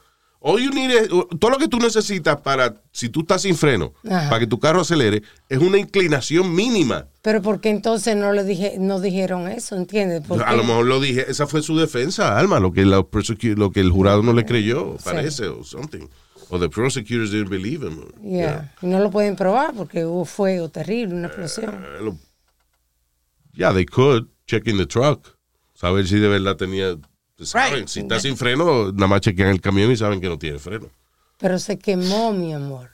Speaker 2: All you need is- todo lo que tú necesitas para, si tú estás sin freno,
Speaker 3: Ajá.
Speaker 2: para que tu carro acelere, es una inclinación mínima.
Speaker 3: Pero ¿por qué entonces no le dije, no dijeron eso? ¿Entiendes? Porque
Speaker 2: A lo mejor lo dije, esa fue su defensa, Alma, lo que, la prosecu- lo que el jurado no le creyó, parece, o something. O the prosecutors didn't believe him. or-
Speaker 3: Yeah. No lo pueden probar porque hubo fuego terrible, una explosión.
Speaker 2: Eh, lo- Yeah, they could check in the truck. Saber si de verdad tenía. pues, saben,
Speaker 4: Right.
Speaker 2: Si está sin freno, nada más chequean el camión y saben que no tiene freno.
Speaker 3: Pero se quemó, mi amor.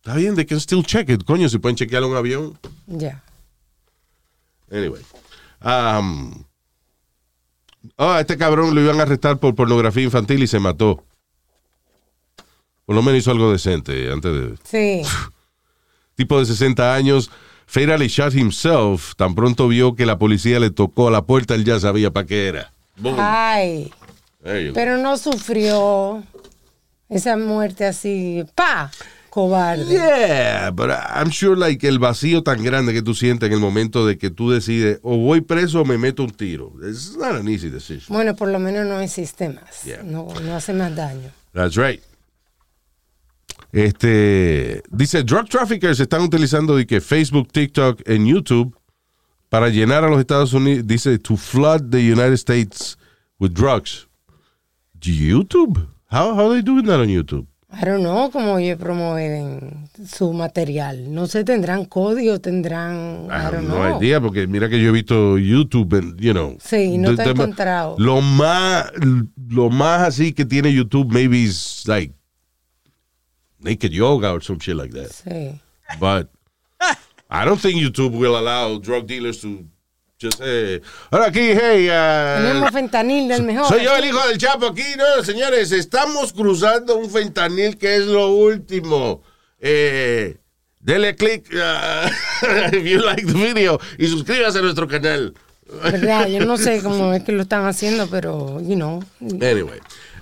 Speaker 2: Está bien, they can still check it. Coño, si pueden chequear un avión.
Speaker 3: Ya.
Speaker 2: Anyway. Um, oh, a este cabrón lo iban a arrestar por pornografía infantil y se mató. Por lo menos hizo algo decente antes de.
Speaker 3: Sí.
Speaker 2: tipo de 60 años, fatally shot himself. Tan pronto vio que la policía le tocó a la puerta, él ya sabía para qué era. Boom.
Speaker 3: Ay.
Speaker 2: There you go.
Speaker 3: Ah, Pero no sufrió esa muerte así. ¡Pa! Cobarde.
Speaker 2: Yeah, but I'm sure like el vacío tan grande que tú sientes en el momento de que tú decides o voy preso o me meto un tiro. It's not an easy decision.
Speaker 3: Bueno, por lo menos no existe más.
Speaker 2: Yeah.
Speaker 3: No, no hace más daño.
Speaker 2: That's right. Este dice drug traffickers están utilizando de que Facebook, TikTok en YouTube para llenar a los Estados Unidos, dice to flood the United States with drugs. YouTube? How how they doing that on YouTube?
Speaker 3: I don't know cómo ellos promueven su material. No sé, tendrán código, tendrán. I,
Speaker 2: I have
Speaker 3: don't
Speaker 2: no
Speaker 3: know.
Speaker 2: idea, porque mira que yo he visto YouTube, and, you know.
Speaker 3: Sí, no
Speaker 2: de-
Speaker 3: te he
Speaker 2: de-
Speaker 3: encontrado.
Speaker 2: Lo más, lo más así que tiene YouTube, maybe is like naked yoga or some shit like that.
Speaker 3: Sí.
Speaker 2: But I don't think YouTube will allow drug dealers to just, eh, ahora aquí, hey, uh,
Speaker 3: Tenemos fentanil del mejor.
Speaker 2: soy yo el hijo del Chapo aquí, no, señores, estamos cruzando un fentanil que es lo último. Eh, dele click ah, if you like the video y suscríbase a nuestro canal.
Speaker 3: ¿Verdad? Yo no sé cómo es que lo están haciendo, pero, you know.
Speaker 2: Anyway.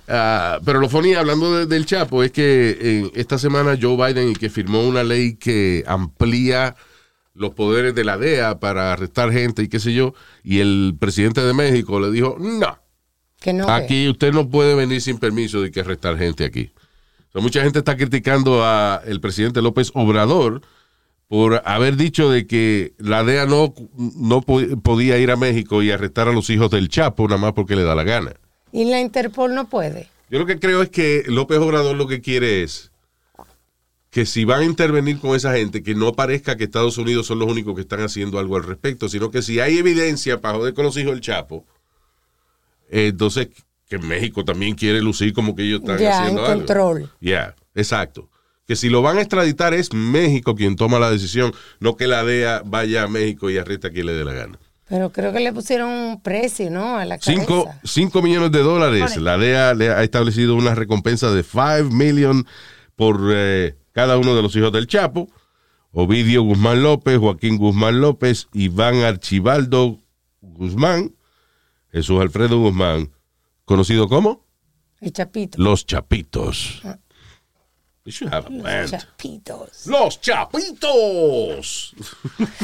Speaker 2: ah, pero lo funny, hablando de- del Chapo, es que eh, esta semana Joe Biden y que firmó una ley que amplía los poderes de la DEA para arrestar gente y qué sé yo, y el presidente de México le dijo, no,
Speaker 3: Que no. que-
Speaker 2: Aquí usted no puede venir sin permiso de que arrestar gente aquí. O sea, mucha gente está criticando a el presidente López Obrador por haber dicho de que la DEA no, no po- podía ir a México y arrestar a los hijos del Chapo nada más porque le da la gana.
Speaker 3: Y la Interpol no puede.
Speaker 2: Yo lo que creo es que López Obrador lo que quiere es que si van a intervenir con esa gente, que no parezca que Estados Unidos son los únicos que están haciendo algo al respecto, sino que si hay evidencia para joder con los hijos del Chapo, eh, entonces que México también quiere lucir como que ellos están
Speaker 3: Ya, en
Speaker 2: haciendo algo.
Speaker 3: control.
Speaker 2: Yeah, exacto. Que si lo van a extraditar es México quien toma la decisión, no que la DEA vaya a México y arresta a quien le dé la gana.
Speaker 3: Pero creo que le pusieron un precio, ¿no? A la
Speaker 2: Cinco,
Speaker 3: cabeza.
Speaker 2: cinco millones de dólares. La DEA le ha establecido una recompensa de 5 million por eh, cada uno de los hijos del Chapo. Ovidio Guzmán López, Joaquín Guzmán López, Iván Archibaldo Guzmán, Jesús Alfredo Guzmán, conocido como
Speaker 3: El chapito.
Speaker 2: Los Chapitos. We should have a
Speaker 3: Ah. Los
Speaker 2: band.
Speaker 3: chapitos.
Speaker 2: Los Chapitos.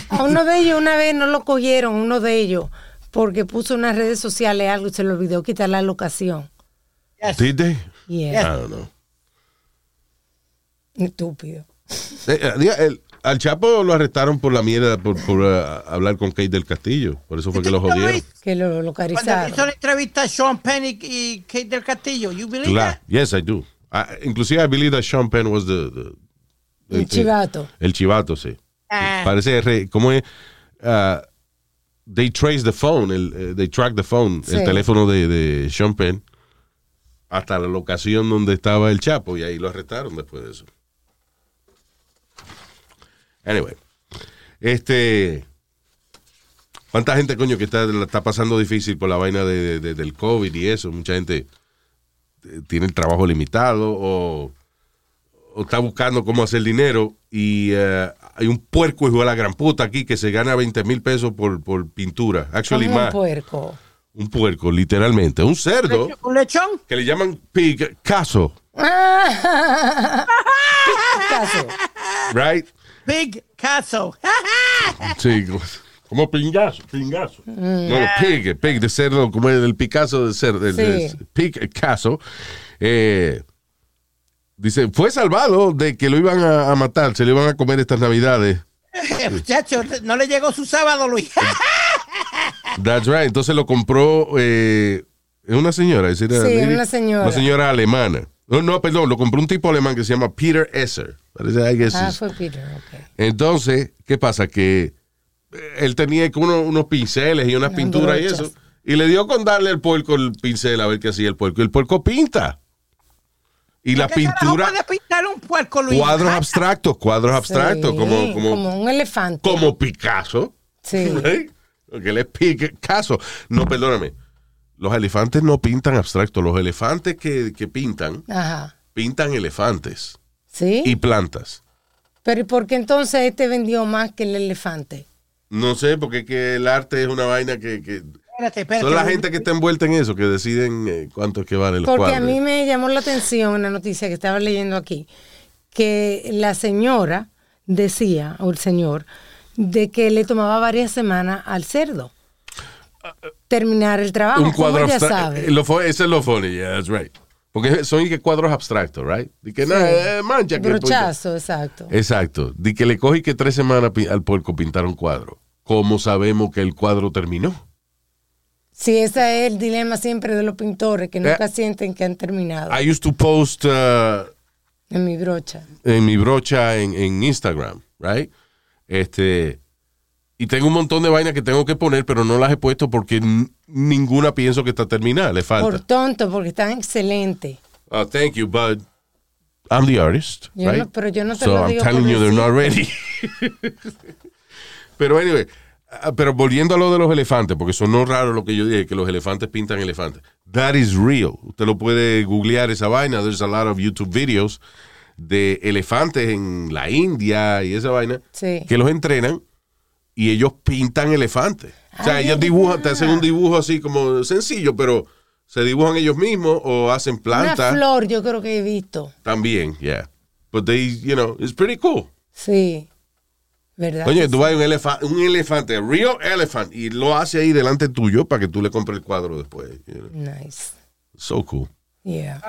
Speaker 3: A uno de ellos una vez no lo cogieron, uno de ellos, porque puso en las redes sociales algo y se le olvidó quitar la locación.
Speaker 4: Yes.
Speaker 2: Did they?
Speaker 3: Yeah.
Speaker 2: I don't know.
Speaker 3: Estúpido.
Speaker 2: Eh, eh, diga, el- al Chapo lo arrestaron por la mierda, por, por, eh, hablar con Kate del Castillo. Por eso fue que lo jodieron.
Speaker 3: Que lo
Speaker 4: Cuando hizo
Speaker 3: localizaron.
Speaker 4: la entrevista a Sean Penn y- y Kate del Castillo, you believe
Speaker 2: Claro.
Speaker 4: that?
Speaker 2: Yes, I do. I- inclusive, I believe that Sean Penn was the... the- este,
Speaker 3: El chivato.
Speaker 2: El chivato, sí.
Speaker 4: Ah.
Speaker 2: Parece, re- ¿cómo es? Ah, they trace the phone, el, eh, they track the phone,
Speaker 3: Sí.
Speaker 2: el teléfono de, de Sean Penn, hasta la locación donde estaba el Chapo, y ahí lo arrestaron después de eso. Anyway, este... ¿Cuánta gente, coño, que está, la está pasando difícil por la vaina de- de- de- del COVID y eso? Mucha gente eh, tiene el trabajo limitado o o está buscando cómo hacer dinero y eh, hay un puerco hijo de la gran puta aquí que se gana 20 mil pesos por, por pintura. Actually,
Speaker 3: Como un
Speaker 2: más.
Speaker 3: puerco.
Speaker 2: Un puerco, literalmente. Un cerdo
Speaker 4: ¿Un lechón?
Speaker 2: que le llaman pig caso,
Speaker 3: Caso.
Speaker 2: right?
Speaker 4: Big Caso.
Speaker 2: Sí, como- como pingazo, pingazo.
Speaker 3: Mm,
Speaker 2: No, pig, eh, pig de cerdo, como el, el Picasso de cerdo, el,
Speaker 3: Sí.
Speaker 2: el pig caso. Eh, dice, fue salvado de que lo iban a, a matar, se lo iban a comer estas navidades.
Speaker 4: Eh, Muchacho, no le llegó su sábado, Luis.
Speaker 2: That's right. Entonces lo compró eh, es una señora. ¿es era
Speaker 3: Sí,
Speaker 2: lady?
Speaker 3: una señora.
Speaker 2: Una señora alemana. No, no, perdón, lo compró un tipo alemán que se llama Peter Esser. Parece, I guess
Speaker 3: Ah,
Speaker 2: it's-
Speaker 3: fue Peter, ok.
Speaker 2: Entonces, ¿qué pasa? Que eh, él tenía como uno- unos pinceles y unas
Speaker 3: Unas
Speaker 2: pinturas
Speaker 3: brochas.
Speaker 2: y eso. Y le dio con darle al puerco el pincel a ver qué hacía el puerco. Y el puerco pinta. Y la
Speaker 4: ¿Qué carajo
Speaker 2: pintura,
Speaker 4: puede pintar un puerco, Luis?
Speaker 2: cuadros abstractos, cuadros abstractos,
Speaker 3: Sí,
Speaker 2: como, como,
Speaker 3: un elefante.
Speaker 2: como Picasso.
Speaker 3: Sí.
Speaker 2: ¿Eh? Que les pique caso. No, perdóname. Los elefantes no pintan abstracto. Los elefantes que, que pintan,
Speaker 3: Ajá.
Speaker 2: pintan elefantes
Speaker 3: Sí.
Speaker 2: y plantas.
Speaker 3: Pero ¿y por qué entonces este vendió más que el elefante?
Speaker 2: No sé, porque es que el arte es una vaina que... que-
Speaker 4: Espérate, espérate.
Speaker 2: son la
Speaker 4: Luis.
Speaker 2: gente que está envuelta en eso, que deciden eh, cuánto es que vale el cuadro.
Speaker 3: Porque a mí me llamó la atención una noticia que estaba leyendo aquí, que la señora decía, o el señor, de que le tomaba varias semanas al cerdo terminar el trabajo.
Speaker 2: Un cuadro
Speaker 3: como ella
Speaker 2: abstracto.
Speaker 3: sabe.
Speaker 2: Ese es lo funny, yeah, that's right. Porque son y que cuadros abstractos, right? Y que nada, eh, mancha. que- Eh,
Speaker 3: Brochazo, exacto.
Speaker 2: Exacto. De que le cogí que tres semanas pi- al puerco pintar un cuadro. ¿Cómo sabemos que el cuadro terminó?
Speaker 3: Sí, ese es el dilema siempre de los pintores, que nunca
Speaker 2: Eh,
Speaker 3: sienten que han terminado
Speaker 2: I used to post uh,
Speaker 3: en mi brocha.
Speaker 2: en mi brocha en, en Instagram, right? Este. Y tengo un montón de vainas que tengo que poner, pero no las he puesto porque n- ninguna pienso que está terminada. Le
Speaker 3: Por
Speaker 2: falta.
Speaker 3: tonto, porque están excelentes.
Speaker 2: Oh, thank you, but I'm the artist,
Speaker 3: Yo
Speaker 2: right?
Speaker 3: no- pero yo no te
Speaker 2: so
Speaker 3: lo
Speaker 2: I'm
Speaker 3: digo
Speaker 2: telling
Speaker 3: por
Speaker 2: you they're not ready. pero anyway, ah, pero volviendo a lo de los elefantes, porque sonó raro lo que yo dije, que los elefantes pintan elefantes. That is real. Usted lo puede googlear esa vaina. There's a lot of YouTube videos de elefantes en la India y esa vaina
Speaker 3: Sí.
Speaker 2: que los entrenan y ellos pintan elefantes. O sea,
Speaker 3: Ay,
Speaker 2: ellos
Speaker 3: es
Speaker 2: dibujan, te
Speaker 3: verdad.
Speaker 2: hacen un dibujo así como sencillo, pero se dibujan ellos mismos o hacen plantas.
Speaker 3: Una flor yo creo que he visto.
Speaker 2: También, yeah. But they, you know, it's pretty cool.
Speaker 3: Sí. ¿Verdad?
Speaker 2: Oye,
Speaker 3: que
Speaker 2: tú vas a un, elefa- un elefante, a real elephant, y lo hace ahí delante tuyo para que tú le compres el cuadro después. you know.
Speaker 3: sí? Nice.
Speaker 2: So cool.
Speaker 3: Yeah.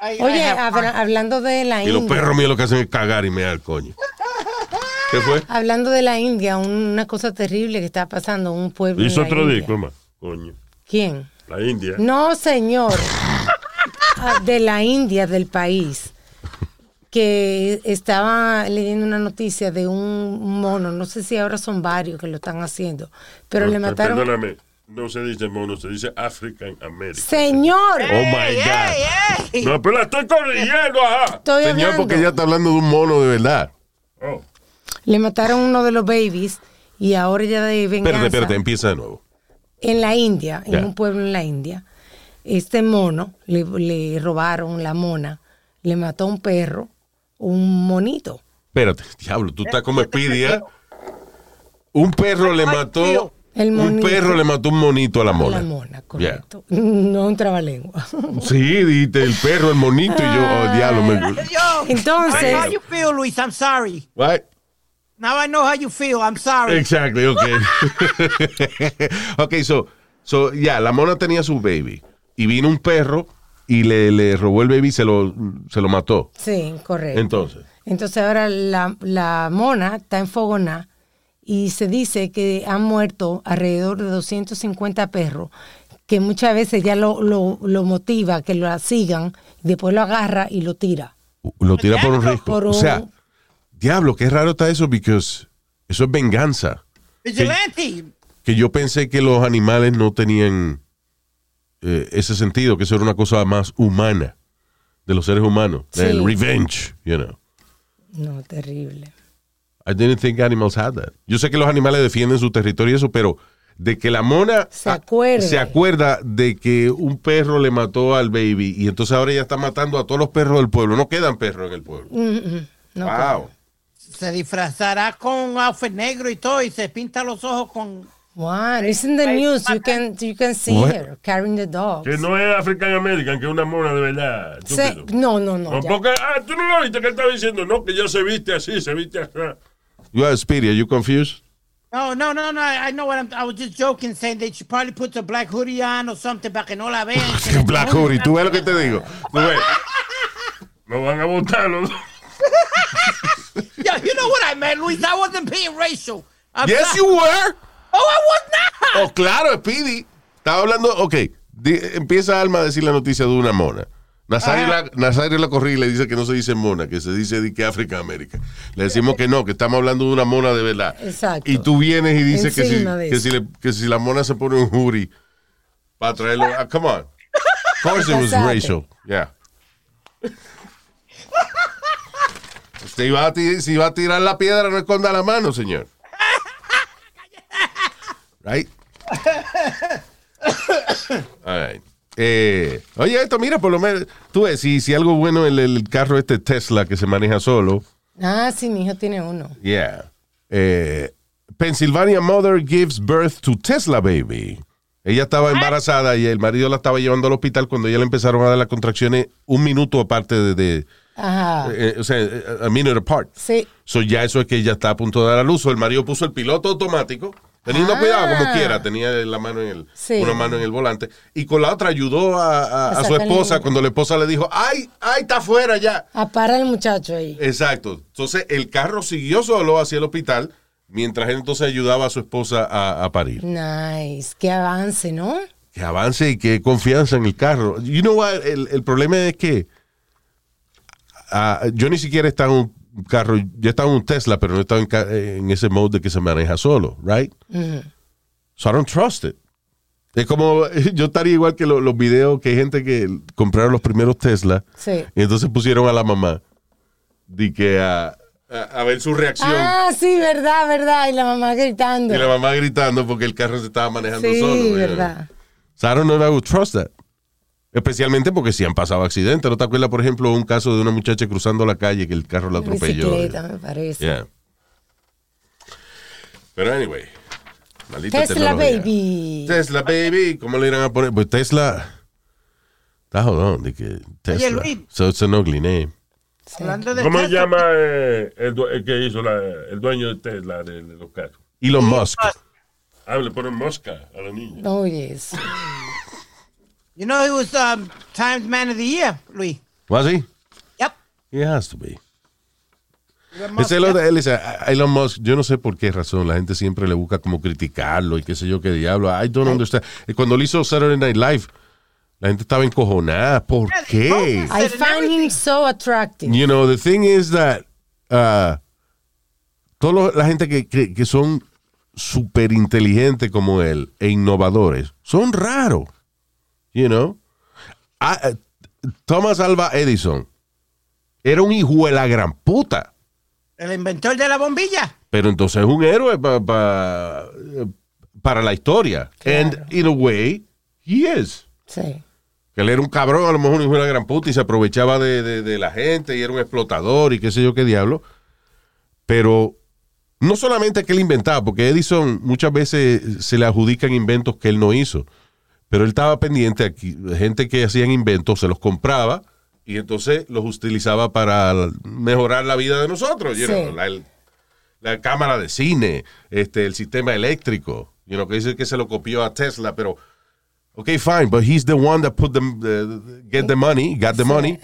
Speaker 4: I- I
Speaker 3: Oye,
Speaker 4: have-
Speaker 3: habla- hablando de la
Speaker 2: Y los
Speaker 3: India.
Speaker 2: perros míos lo que hacen es cagar y mear, coño. ¿Qué fue?
Speaker 3: Hablando de la India, un- una cosa terrible que está pasando en un pueblo. en
Speaker 5: Hizo
Speaker 3: la
Speaker 5: otro
Speaker 3: India.
Speaker 5: disco más. Coño.
Speaker 3: ¿Quién?
Speaker 5: La India.
Speaker 3: No, señor. Ah, De la India, del país. Que estaba leyendo una noticia de un mono, no sé si ahora son varios que lo están haciendo, pero le
Speaker 5: Pe-
Speaker 3: mataron.
Speaker 5: Perdóname. No se dice mono, se dice African American.
Speaker 3: Señor,
Speaker 2: Oh my God.
Speaker 4: Ey,
Speaker 5: No, pero la estoy corrigiendo, ajá.
Speaker 3: estoy
Speaker 2: Señor,
Speaker 3: hablando.
Speaker 2: porque ya está hablando de un mono de verdad.
Speaker 5: Oh.
Speaker 3: Le mataron uno de los babies y ahora ya de venganza.
Speaker 2: Espérate, espérate, empieza de nuevo.
Speaker 3: en la India,
Speaker 2: Ya.
Speaker 3: en un pueblo en la India, este mono, le, le robaron la mona, le mató a un perro, un monito,
Speaker 2: Espérate, diablo, tú estás como Speedia. Un perro le mató.
Speaker 3: El
Speaker 2: Un
Speaker 3: monito.
Speaker 2: perro le mató un monito a la mona.
Speaker 3: La mona, correcto. No un trabalengua.
Speaker 2: Yeah. Sí, dijiste el perro, el monito y yo, oh, diablo. Me...
Speaker 4: Yo, I
Speaker 3: Entonces-
Speaker 4: know how you feel, Luis. I'm sorry.
Speaker 2: What?
Speaker 4: Now I know how you feel. I'm sorry.
Speaker 2: Exactly, ok. ok, so, so ya, la mona tenía su baby. Y vino un perro y le, le robó el baby y se lo, se lo mató.
Speaker 3: Sí, correcto.
Speaker 2: Entonces,
Speaker 3: Entonces ahora la, la mona está en Fogona y se dice que han muerto alrededor de 250 perros, que muchas veces ya lo, lo, lo motiva, que lo sigan, después lo agarra y lo tira.
Speaker 2: lo tira por un
Speaker 4: Diablo,
Speaker 2: risco.
Speaker 3: por
Speaker 2: O sea,
Speaker 3: un-
Speaker 2: diablo, qué raro está eso, porque eso es venganza.
Speaker 4: Vigilante.
Speaker 2: que yo pensé que los animales no tenían eh, ese sentido, que eso era una cosa más humana de los seres humanos.
Speaker 3: Sí.
Speaker 2: El revenge, you know.
Speaker 3: No, terrible.
Speaker 2: I didn't think animals had that. Yo sé que los animales defienden su territorio y eso, pero de que la mona
Speaker 3: Se acuerde.
Speaker 2: se acuerda de que un perro le mató al baby y entonces ahora ella está matando a todos los perros del pueblo. No quedan perros en el pueblo.
Speaker 3: Mm, No,
Speaker 2: wow.
Speaker 4: Se disfrazará con un outfit negro y todo y se pinta los ojos con...
Speaker 3: What? It's in the news. You can, you can see
Speaker 2: What?
Speaker 3: her carrying the dogs.
Speaker 5: Que no es African American, que es una mona de verdad.
Speaker 3: Se-
Speaker 5: estúpido.
Speaker 3: no, no, no.
Speaker 5: No,
Speaker 3: ya.
Speaker 5: porque, ah, tú no lo oíste que él estaba diciendo, no, que ya se viste así, se viste así.
Speaker 2: You are Speedy, are you confused?
Speaker 4: No, no, no, no. I I know what I'm... I was just joking, saying that she probably puts a black hoodie on or something para que no la vean. que la-
Speaker 2: Black Hoodie, tú ves lo que te digo. Tú ves.
Speaker 5: Lo van a botar los dos.
Speaker 4: Yo, you know what I meant, Luis? I wasn't being racial. I'm
Speaker 2: Yes,
Speaker 4: not-
Speaker 2: you were.
Speaker 4: Oh, I was not.
Speaker 2: Oh, claro, Speedy. Estaba hablando, ok, di- empieza Alma a decir la noticia de una mona. Nazario la, Nazario la corrí y le dice que no se dice mona, que se dice di que África América. Le decimos que no, que estamos hablando de una mona de verdad.
Speaker 3: Exacto.
Speaker 2: Y tú vienes y dices que si,
Speaker 3: Encima de
Speaker 2: que,
Speaker 3: eso.
Speaker 2: si le- que si la mona se pone un jury para traerlo. ah, come on. Of course it was
Speaker 3: Casate.
Speaker 2: racial. Yeah. Usted iba a ti- si va a tirar la piedra, no esconda la mano, señor. Right? All right. Eh, oye, esto, mira, por lo menos, tú ves, si, si algo bueno el, el carro este Tesla que se maneja solo,
Speaker 3: Ah, sí, mi hijo tiene uno.
Speaker 2: yeah. Eh, Pennsylvania mother gives birth to Tesla baby. Ella estaba embarazada y el marido la estaba llevando al hospital cuando ya le empezaron a dar las contracciones un minuto aparte de, de-
Speaker 3: Ajá.
Speaker 2: eh, o sea, eh, a minute apart.
Speaker 3: Sí.
Speaker 2: So ya eso es que ella está a punto de dar a luz. O el marido puso el piloto automático, teniendo
Speaker 3: Ah.
Speaker 2: cuidado como quiera, tenía la mano en el,
Speaker 3: Sí.
Speaker 2: una mano en el volante. Y con la otra ayudó a, a-
Speaker 3: A
Speaker 2: a su
Speaker 3: sacarle
Speaker 2: esposa
Speaker 3: el-
Speaker 2: cuando la esposa le dijo, ay, ay, está afuera ya.
Speaker 3: Apara el muchacho ahí.
Speaker 2: Exacto. Entonces el carro siguió solo hacia el hospital mientras él entonces ayudaba a su esposa a, a parir.
Speaker 3: Nice, qué avance, ¿no?
Speaker 2: Que avance y que confianza en el carro. You know what? El, el problema es que ah, yo ni siquiera estaba en un carro, yo estaba en un Tesla, pero no estaba en, ca- en ese mode de que se maneja solo, right? So I don't trust it. Es como, yo estaría igual que lo- los videos que hay gente que compraron los primeros Tesla
Speaker 3: Sí.
Speaker 2: y entonces pusieron a la mamá de que a, a- a ver su reacción.
Speaker 3: Ah, sí, verdad, verdad. Y la mamá gritando.
Speaker 2: Y la mamá gritando porque el carro se estaba manejando
Speaker 3: sí,
Speaker 2: solo. eh, you know.
Speaker 3: verdad.
Speaker 2: So I don't know if I would trust that. Especialmente porque si han pasado accidentes. ¿No te acuerdas, por ejemplo, un caso de una muchacha cruzando la calle que el carro la atropelló? eh.
Speaker 3: Bicicleta, me parece.
Speaker 2: Yeah. Pero anyway. maldita
Speaker 3: Tesla
Speaker 2: tecnología.
Speaker 3: Baby.
Speaker 2: Tesla Baby. ¿Cómo le irán a poner? Pues Tesla. Está jodón. De que Tesla.
Speaker 4: Luis.
Speaker 2: so it's an ugly name.
Speaker 4: Hablando de
Speaker 5: ¿Cómo se
Speaker 4: Tesla,
Speaker 5: llama eh, el, due- el que hizo la- el dueño de Tesla de, de los carros?
Speaker 2: Elon Musk.
Speaker 5: Ah, le ponen mosca a la niña.
Speaker 3: Oh, yes.
Speaker 4: You know, he was um, Times Man of the Year, Luis.
Speaker 2: ¿Was he?
Speaker 4: Yep.
Speaker 2: He has to be.
Speaker 4: Elon Musk,
Speaker 2: Ese es lo
Speaker 4: yep.
Speaker 2: de él, o sea, Elon Musk, yo no sé por qué razón, la gente siempre le busca como criticarlo y qué sé yo qué diablo. I don't understand. Eh, Cuando lo hizo Saturday Night Live, la gente estaba encojonada. ¿Por qué?
Speaker 3: I find him so attractive.
Speaker 2: You know, the thing is that uh, toda lo- la gente que, que, que son súper inteligentes como él e innovadores son raros. You know? Ah, eh, Thomas Alva Edison era un hijo de la gran puta.
Speaker 4: El inventor de la bombilla.
Speaker 2: Pero entonces es un héroe pa- pa- para la historia. And in a way, he is.
Speaker 3: Sí.
Speaker 2: Que él era un cabrón, a lo mejor un hijo de la gran puta y se aprovechaba de, de- de la gente y era un explotador y qué sé yo qué diablo. Pero no solamente que él inventaba, porque Edison muchas veces se le adjudican inventos que él no hizo. Pero él estaba pendiente a que gente que hacían inventos, se los compraba y entonces los utilizaba para mejorar la vida de nosotros. you know,
Speaker 3: Sí.
Speaker 2: la, el- la cámara de cine, este, el sistema eléctrico. You know, que dice que se lo copió a Tesla, pero. Ok, fine, but he's the one that put the, the- get the money, got the money,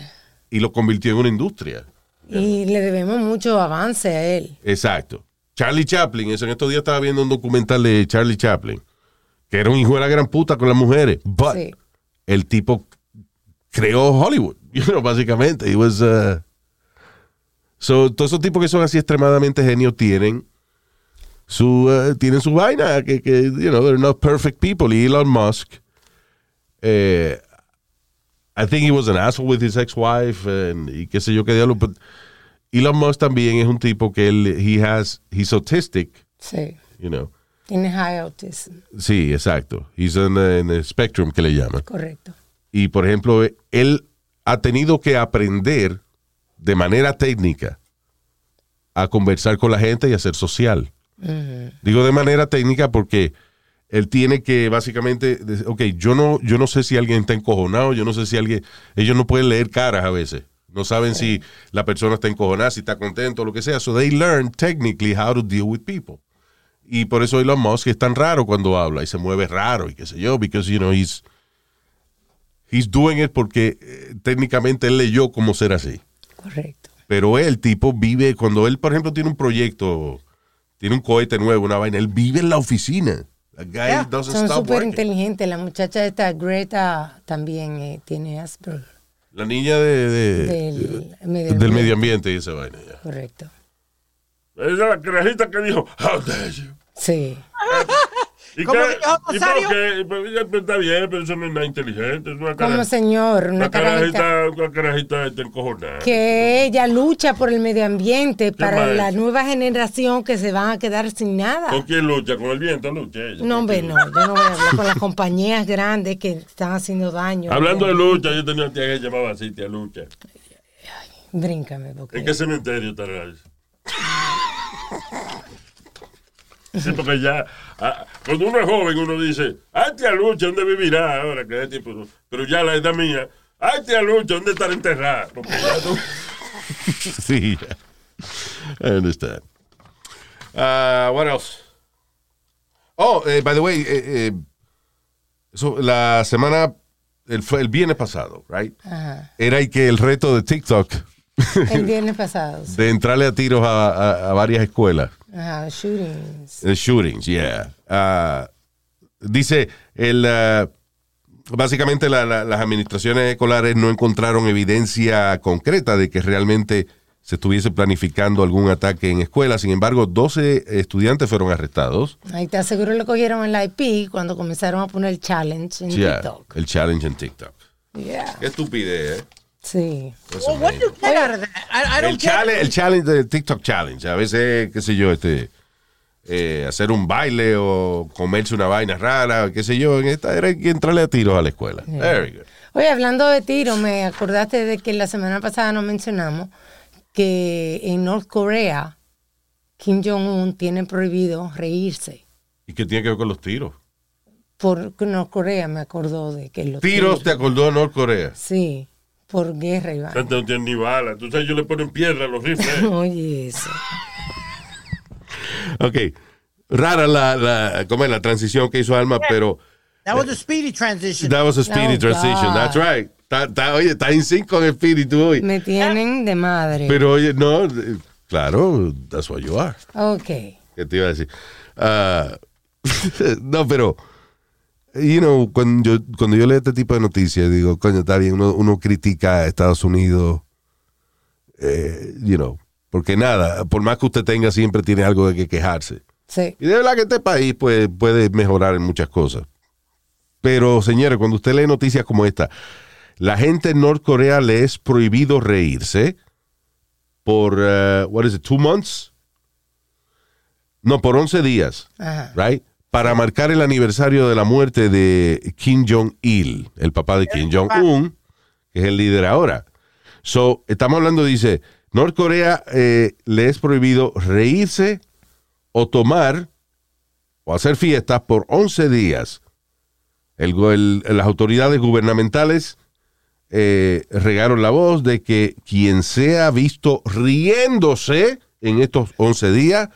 Speaker 2: y lo convirtió en una industria.
Speaker 3: Y le debemos mucho avance a él.
Speaker 2: Exacto. Charlie Chaplin, eso en estos días estaba viendo un documental de Charlie Chaplin, que era un hijo de la gran puta con las mujeres, but
Speaker 3: Sí.
Speaker 2: el tipo creó Hollywood, you know, básicamente. It was, uh, so, todos esos tipos que son así extremadamente genios tienen su, uh, tienen su vaina, que, que, you know, they're not perfect people. Y Elon Musk, eh, I think he was an asshole with his ex-wife, and, y qué sé yo qué diablo, but Elon Musk también es un tipo que él, he has, he's autistic,
Speaker 3: Sí.
Speaker 2: you know.
Speaker 3: Tiene high autism.
Speaker 2: Sí, exacto. He's in, the- in the spectrum que le llaman.
Speaker 3: Correcto.
Speaker 2: Y por ejemplo, él ha tenido que aprender de manera técnica a conversar con la gente y a ser social. Digo de manera técnica porque él tiene que básicamente, de- ok, yo no, yo no sé si alguien está encojonado, yo no sé si alguien, ellos no pueden leer caras a veces. No saben si la persona está encojonada, si está contento, lo que sea. So they learn technically how to deal with people. Y por eso Elon Musk es tan raro cuando habla y se mueve raro y qué sé yo, because you know he's he's doing it porque eh, técnicamente él leyó cómo ser así.
Speaker 3: Correcto.
Speaker 2: Pero él, tipo, vive, cuando él, por ejemplo, tiene un proyecto, tiene un cohete nuevo, una vaina, él vive en la oficina. That guy
Speaker 4: Yeah,
Speaker 2: doesn't
Speaker 3: Son
Speaker 2: stop
Speaker 3: súper
Speaker 2: working.
Speaker 3: inteligentes. La muchacha esta, Greta, también eh, tiene Asperger.
Speaker 2: La niña de, de-
Speaker 3: Del medio
Speaker 2: Eh, del medio
Speaker 3: ambiente.
Speaker 2: ambiente y esa vaina. ya.
Speaker 3: Correcto.
Speaker 5: Esa es la carajita que dijo, "Ah, how dare you.
Speaker 3: Sí.
Speaker 5: ¿Y
Speaker 4: ¿Cómo
Speaker 5: qué-
Speaker 4: que dijo
Speaker 5: y
Speaker 4: Rosario?
Speaker 5: pero qué? Y pero ella, pues, está bien, pero eso no es nada inteligente. Es una
Speaker 3: Como
Speaker 5: cara-
Speaker 3: señor, una
Speaker 5: una
Speaker 3: carajita.
Speaker 5: carajita, una carajita está encojonada.
Speaker 3: Que ella lucha por el medio ambiente, para
Speaker 5: más?
Speaker 3: la nueva generación que se van a quedar sin nada.
Speaker 5: ¿Con quién lucha? ¿Con el viento lucha ella?
Speaker 3: No, hombre, no. Yo no voy a hablar con las compañías grandes que están haciendo daño.
Speaker 5: Hablando de lucha, yo tenía una tía que se llamaba así, tía lucha.
Speaker 3: Bríncame, porque.
Speaker 5: ¿En qué cementerio estará eso? Sí, porque ya, ah, cuando uno es joven, uno dice, ay, tía Lucha, ¿dónde vivirá ahora? Que es tipo, no? pero ya la edad mía, ay, tía Lucha, ¿dónde estará enterrada? Porque ya no-
Speaker 2: sí, ya. I understand. Ah, what else? Oh, eh, by the way, eh, eh, so, la semana, el, fue- el viernes pasado, right?
Speaker 3: Ajá.
Speaker 2: Era y que el reto de TikTok
Speaker 3: El viernes pasado. sí.
Speaker 2: de entrarle a tiros a, a- a varias escuelas.
Speaker 3: Ajá, shootings.
Speaker 2: The shootings, yeah. Ah, dice, el, ah, básicamente la- la- las administraciones escolares no encontraron evidencia concreta de que realmente se estuviese planificando algún ataque en escuela. Sin embargo, 12 estudiantes fueron arrestados.
Speaker 3: Ahí te aseguro lo cogieron en la IP cuando comenzaron a poner el challenge en
Speaker 2: Yeah,
Speaker 3: TikTok.
Speaker 2: El challenge en TikTok.
Speaker 3: Yeah.
Speaker 2: Qué estupidez, ¿eh?
Speaker 3: Sí.
Speaker 2: Eso
Speaker 4: Well, what do you get out of that? I, I don't
Speaker 2: el,
Speaker 4: care.
Speaker 2: challenge, el challenge de TikTok challenge. A veces, qué sé yo, este eh, hacer un baile o comerse una vaina rara, qué sé yo. En esta era que entrarle a tiros a la escuela. Very good.
Speaker 3: Oye, hablando de tiro, me acordaste de que la semana pasada nos mencionamos que en North Korea Kim Jong-un tiene prohibido reírse.
Speaker 2: ¿Y qué tiene que ver con los tiros?
Speaker 3: Por North Korea me acordó de que los
Speaker 2: Tiros te acordó Norcorea.
Speaker 3: Sí, por guerra y vaina.
Speaker 5: Gente no tiene ni bala. Entonces yo le ponen piedra a los rifles.
Speaker 3: Oye, eso.
Speaker 2: Ok. Rara la, la, ¿cómo es? la transición que hizo Alma, pero
Speaker 4: That was a speedy transition.
Speaker 2: that was a speedy
Speaker 3: Oh,
Speaker 2: transition.
Speaker 3: God.
Speaker 2: That's right. Está- está- oye, está en sync con el espíritu hoy.
Speaker 3: Me tienen de madre.
Speaker 2: Pero oye, no, eh, claro, that's what you are.
Speaker 3: ok.
Speaker 2: ¿Qué te iba a decir? Ah, no, pero, you know, cuando yo, cuando yo leo este tipo de noticias, digo, coño, está bien, uno, uno critica a Estados Unidos, eh, you know, porque nada, por más que usted tenga, siempre tiene algo de que quejarse.
Speaker 3: Sí.
Speaker 2: Y de verdad que este país pues, puede mejorar en muchas cosas. Pero, señores, cuando usted lee noticias como esta, la gente en Norcorea le es prohibido reírse por, uh, what is it, two months? No, por 11 días,
Speaker 3: Ajá.
Speaker 2: right? Para marcar el aniversario de la muerte de Kim Jong-il, el papá de Kim Jong-un, que es el líder ahora. So, estamos hablando, dice, Norcorea eh, le es prohibido reírse o tomar o hacer fiestas por 11 días. El go- el- las autoridades gubernamentales eh, regaron la voz de que quien sea visto riéndose en estos 11 días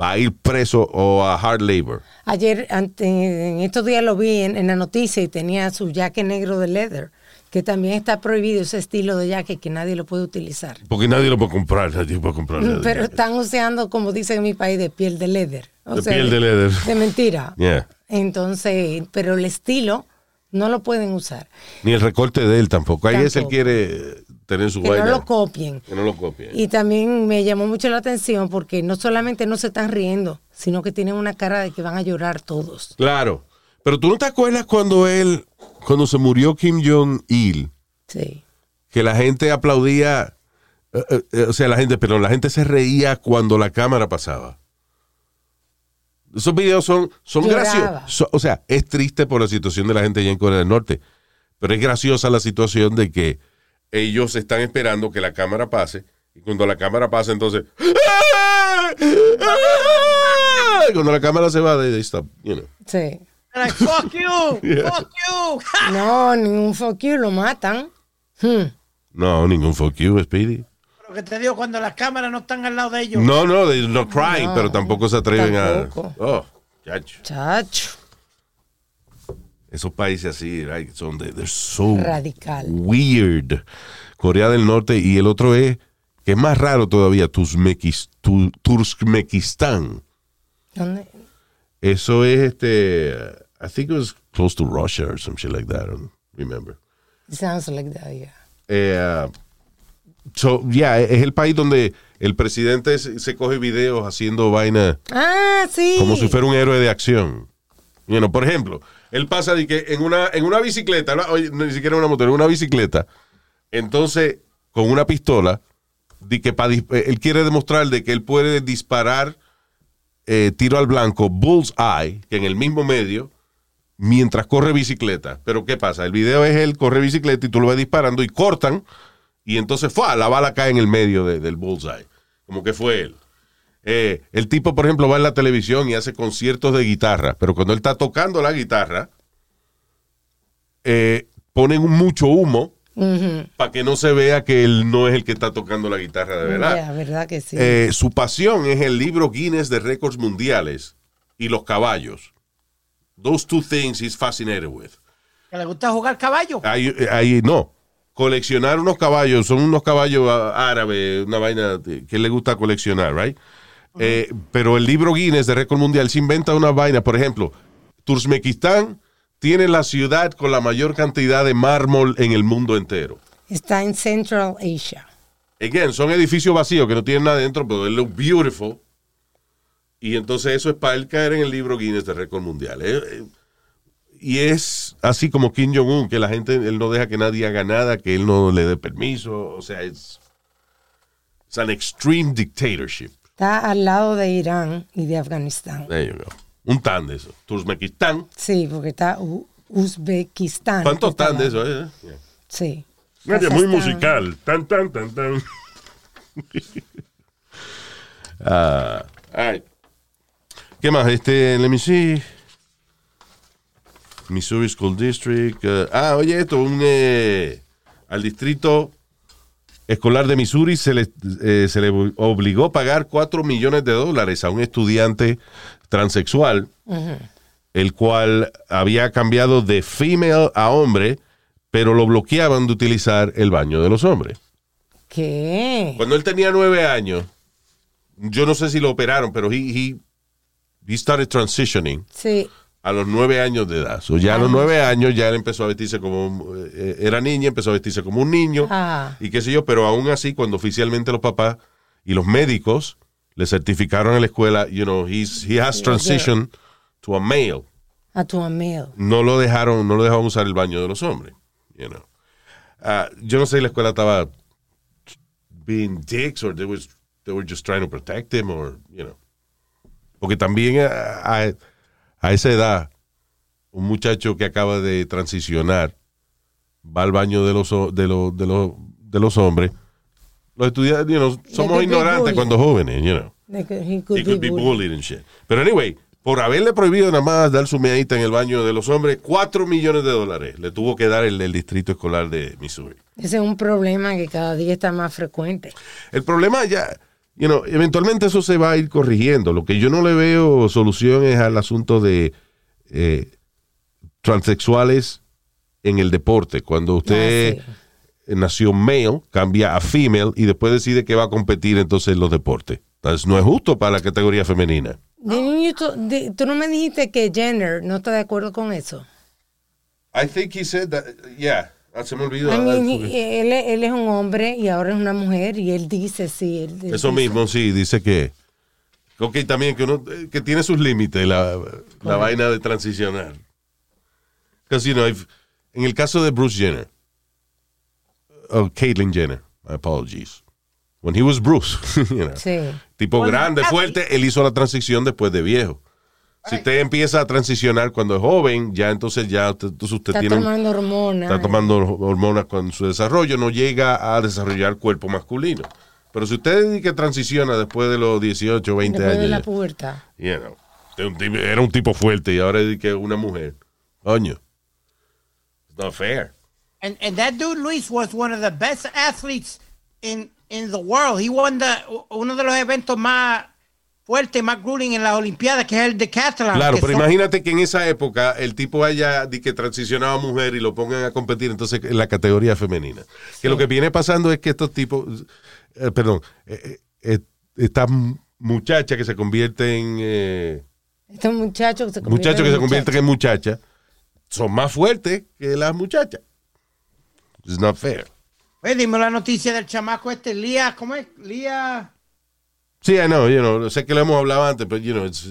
Speaker 2: va a ir preso o a hard labor.
Speaker 3: Ayer, ante- en estos días lo vi en, en la noticia y tenía su jaque negro de leather, que también está prohibido ese estilo de jaque que nadie lo puede utilizar.
Speaker 2: Porque nadie lo puede comprar, nadie puede comprar.
Speaker 3: Mm, Pero están useando, como dicen en mi país, de piel de leather. O
Speaker 2: De piel de leather.
Speaker 3: De mentira.
Speaker 2: Yeah.
Speaker 3: Entonces, pero el estilo no lo pueden usar.
Speaker 2: Ni el recorte de él tampoco. Ahí es él
Speaker 3: Tampoco.
Speaker 2: quiere tener su
Speaker 3: Que
Speaker 2: vaina.
Speaker 3: no lo copien.
Speaker 2: que no lo copie.
Speaker 3: Y también me llamó mucho la atención porque no solamente no se están riendo, sino que tienen una cara de que van a llorar todos.
Speaker 2: Claro. Pero tú no te acuerdas cuando él, cuando se murió Kim Jong-il,
Speaker 3: Sí.
Speaker 2: que la gente aplaudía, eh, eh, eh, o sea, la gente, pero la gente se reía cuando la cámara pasaba. Esos videos son, son
Speaker 3: Lloraba.
Speaker 2: graciosos. So- o sea, es triste por la situación de la gente allá en Corea del Norte, pero es graciosa la situación de que ellos están esperando que la cámara pase, y cuando la cámara pasa, entonces... ¡Ah! ¡Ah! Y Cuando la cámara se va, they, they stop, you know.
Speaker 3: Sí.
Speaker 4: Like, fuck you,
Speaker 2: Yeah.
Speaker 4: fuck you.
Speaker 3: No, ningún fuck you, lo matan. Hmm.
Speaker 2: No, ningún fuck you, Speedy.
Speaker 4: Lo que te digo, cuando las cámaras no están al lado de ellos.
Speaker 2: No, no, they not crying,
Speaker 3: No,
Speaker 2: pero tampoco se atreven
Speaker 3: tampoco.
Speaker 2: a. Oh, chacho.
Speaker 3: Chacho.
Speaker 2: Esos países así, right, son de. They're so
Speaker 3: Radical.
Speaker 2: Weird. Corea del Norte y el otro es, que es más raro todavía, Tuzmequis- Tu- Turkmenistán.
Speaker 3: ¿Dónde?
Speaker 2: Eso es este. I think it was close to Russia or some shit like that. I don't remember.
Speaker 3: Sounds like that, yeah.
Speaker 2: Eh, so, yeah, es el país donde el presidente se se coge videos haciendo vainas.
Speaker 3: Ah, sí.
Speaker 2: como si fuera un héroe de acción. You know, por ejemplo, él pasa de que en una, en una bicicleta, no, oye, no, ni siquiera en una moto, en una bicicleta, entonces con una pistola, de que pa dis- eh, él quiere demostrar de que él puede disparar eh, tiro al blanco, bullseye, que en el mismo medio, mientras corre bicicleta. Pero ¿qué pasa? El video es él corre bicicleta y tú lo vas disparando y cortan y entonces fue, la bala cae en el medio de- del bullseye, como que fue él. Eh, el tipo, por ejemplo, va en la televisión y hace conciertos de guitarra, pero cuando él está tocando la guitarra, eh, ponen un- mucho humo
Speaker 3: Ujú.
Speaker 2: para que no se vea que él no es el que está tocando la guitarra
Speaker 3: Mm,
Speaker 2: de verdad.
Speaker 3: Yeah, verdad que sí.
Speaker 2: Eh, su pasión es el libro Guinness de récords mundiales y los caballos. Those two things he's fascinated with.
Speaker 4: Que le gusta jugar caballo.
Speaker 2: Ahí, ahí no. Coleccionar unos caballos, son unos caballos ah, árabes, una vaina de- que le gusta coleccionar, right? Eh, pero el libro Guinness de récord mundial se inventa una vaina. Por ejemplo, Turkmenistán tiene la ciudad con la mayor cantidad de mármol en el mundo entero.
Speaker 3: Está en Central Asia.
Speaker 2: Again, son edificios vacíos que no tienen nada dentro, pero it looks beautiful. Y entonces eso es para él caer en el libro Guinness de récord mundial. Eh, eh, Y es así como Kim Jong-un, que la gente, él no deja que nadie haga nada, que él no le dé permiso. O sea, es it's an extreme dictatorship.
Speaker 3: Está al lado de Irán y de Afganistán.
Speaker 2: There you go. Un tan de eso. Turkmenistán.
Speaker 3: Sí, porque está U- Uzbekistán.
Speaker 2: ¿Cuánto
Speaker 3: Está
Speaker 2: tan de
Speaker 3: al
Speaker 2: eso?
Speaker 3: lado.
Speaker 2: eh? Yeah.
Speaker 3: Sí.
Speaker 5: Mira,
Speaker 2: Pues
Speaker 3: Kazajstán.
Speaker 5: muy musical. Tan, tan, tan, tan.
Speaker 2: Ah, all right. ¿Qué más? Este, let me see. Missouri School District. eh, ah, oye, esto, un, eh, al distrito escolar de Missouri se le, eh, se le obligó a pagar 4 millones de dólares a un estudiante transexual, el cual había cambiado de female a hombre, pero lo bloqueaban de utilizar el baño de los hombres.
Speaker 3: ¿Qué?
Speaker 2: Cuando él tenía nueve años, yo no sé si lo operaron, pero he, he, he started transitioning
Speaker 3: Sí.
Speaker 2: a los nueve años de edad. So, ya a los nueve años ya él empezó a vestirse como, un- eh, era niña, empezó a vestirse como un niño
Speaker 3: Ah.
Speaker 2: y qué sé yo, pero aún así cuando oficialmente los papás y los médicos le certificaron en la escuela, you know, he's, he has transitioned to a male
Speaker 3: A tu amigo.
Speaker 2: no lo dejaron, no lo dejaban usar el baño de los hombres. you know. Ah, yo no sé si la escuela estaba being dicks or they, was, they were just trying to protect him or, you know. Porque también eh, a, a- a esa edad, un muchacho que acaba de transicionar va al baño de los, ho- de los, de los, de los hombres, Los estudiantes, you know, somos
Speaker 3: could be
Speaker 2: ignorantes
Speaker 3: bullied.
Speaker 2: cuando jóvenes, you know.
Speaker 3: They could- he could
Speaker 2: He could be
Speaker 3: be bullied.
Speaker 2: bullied and shit. Pero anyway, por haberle prohibido nada más dar su meadita en el baño de los hombres, 4 millones de dólares le tuvo que dar el, el distrito escolar de Missouri.
Speaker 3: Ese es un problema que cada día está más frecuente.
Speaker 2: El problema ya, you know, eventualmente eso se va a ir corrigiendo. Lo que yo no le veo solución es al asunto de eh, transexuales en el deporte. Cuando usted
Speaker 3: Ah,
Speaker 2: nació male, cambia a female y después decide que va a competir entonces en los deportes. Entonces no es justo para la categoría femenina.
Speaker 3: Didn't you to- di- tú no me dijiste que Jenner no está de acuerdo con eso.
Speaker 2: I think he said that, yeah. Ah, se me olvidó.
Speaker 3: I mean,
Speaker 2: Ah, porque-
Speaker 3: he- eh, él, es- él es un hombre y ahora es una mujer y él dice sí. él- él
Speaker 2: Eso
Speaker 3: dice-
Speaker 2: mismo, sí, dice que. Ok, también que uno eh, que tiene sus límites la, la vaina de transicionar. Because, you know, if- en el caso de Bruce Jenner, o Caitlyn Jenner, my apologies. When he was Bruce, you know,
Speaker 3: Sí.
Speaker 2: tipo
Speaker 4: Cuando
Speaker 2: grande,
Speaker 4: era
Speaker 2: fuerte, él hizo la transición después de viejo. Si usted empieza a transicionar cuando es joven, ya entonces ya usted, entonces usted
Speaker 3: Está
Speaker 2: tiene un-
Speaker 3: tomando hormonas.
Speaker 2: está tomando hormonas con su desarrollo, no llega a desarrollar cuerpo masculino. Pero si usted dice que transiciona después de los 18, 20
Speaker 3: después de la
Speaker 2: años,
Speaker 3: pubertad.
Speaker 2: you know, de un tipo- era un tipo fuerte y ahora es que es una mujer. Coño. It's not fair.
Speaker 4: And and that dude Luis was one of the best athletes in in the world. He won the uno de los eventos más fuertes, más grueling en las Olimpiadas, que es el
Speaker 3: Ah,
Speaker 4: decathlon.
Speaker 2: Claro,
Speaker 4: que
Speaker 2: pero
Speaker 4: son-
Speaker 2: imagínate que en esa época el tipo haya di que transicionaba a mujer y lo pongan a competir entonces en la categoría femenina. Que lo que viene pasando es que estos tipos, eh, perdón, eh, eh, eh, estas muchachas que se convierten... eh,
Speaker 3: Este muchacho que se convierte
Speaker 2: muchachos que
Speaker 3: en
Speaker 2: se convierten
Speaker 3: muchacho.
Speaker 2: en muchachas son más fuertes que las muchachas. It's not fair.
Speaker 4: Oye, dime la noticia del chamaco este, Lía, ¿cómo es? Lía.
Speaker 2: Sí, I know, you know, sé que lo hemos hablado antes, pero, you know, it's,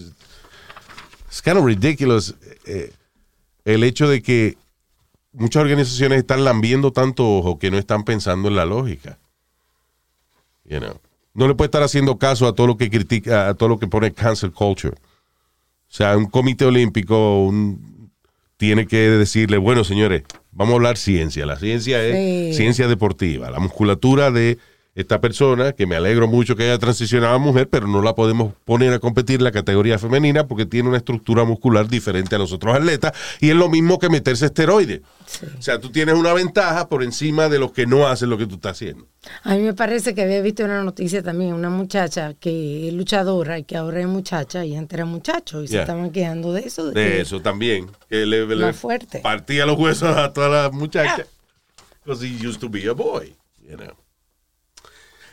Speaker 2: it's kind of ridiculous eh, el hecho de que muchas organizaciones están lambiendo tanto ojo que no están pensando en la lógica. You know. No le puede estar haciendo caso a todo lo que critica, a todo lo que pone cancel culture. O sea, un comité olímpico un- tiene que decirle, bueno, señores, vamos a hablar ciencia. La ciencia es
Speaker 3: Sí.
Speaker 2: ciencia deportiva. La musculatura de esta persona, que me alegro mucho que haya transicionado a mujer, pero no la podemos poner a competir en la categoría femenina porque tiene una estructura muscular diferente a los otros atletas y es lo mismo que meterse esteroides. O sea, tú tienes una ventaja por encima de los que no hacen lo que tú estás haciendo.
Speaker 3: A mí me parece que había visto una noticia también, una muchacha que es luchadora y que ahora es muchacha y antes era muchacho y se
Speaker 2: Yeah.
Speaker 3: estaban quejando de eso. de
Speaker 2: De
Speaker 3: que-
Speaker 2: eso también. Que le, le
Speaker 3: Más fuerte.
Speaker 2: partía los huesos a todas las muchachas. Because he used to be a boy, you know.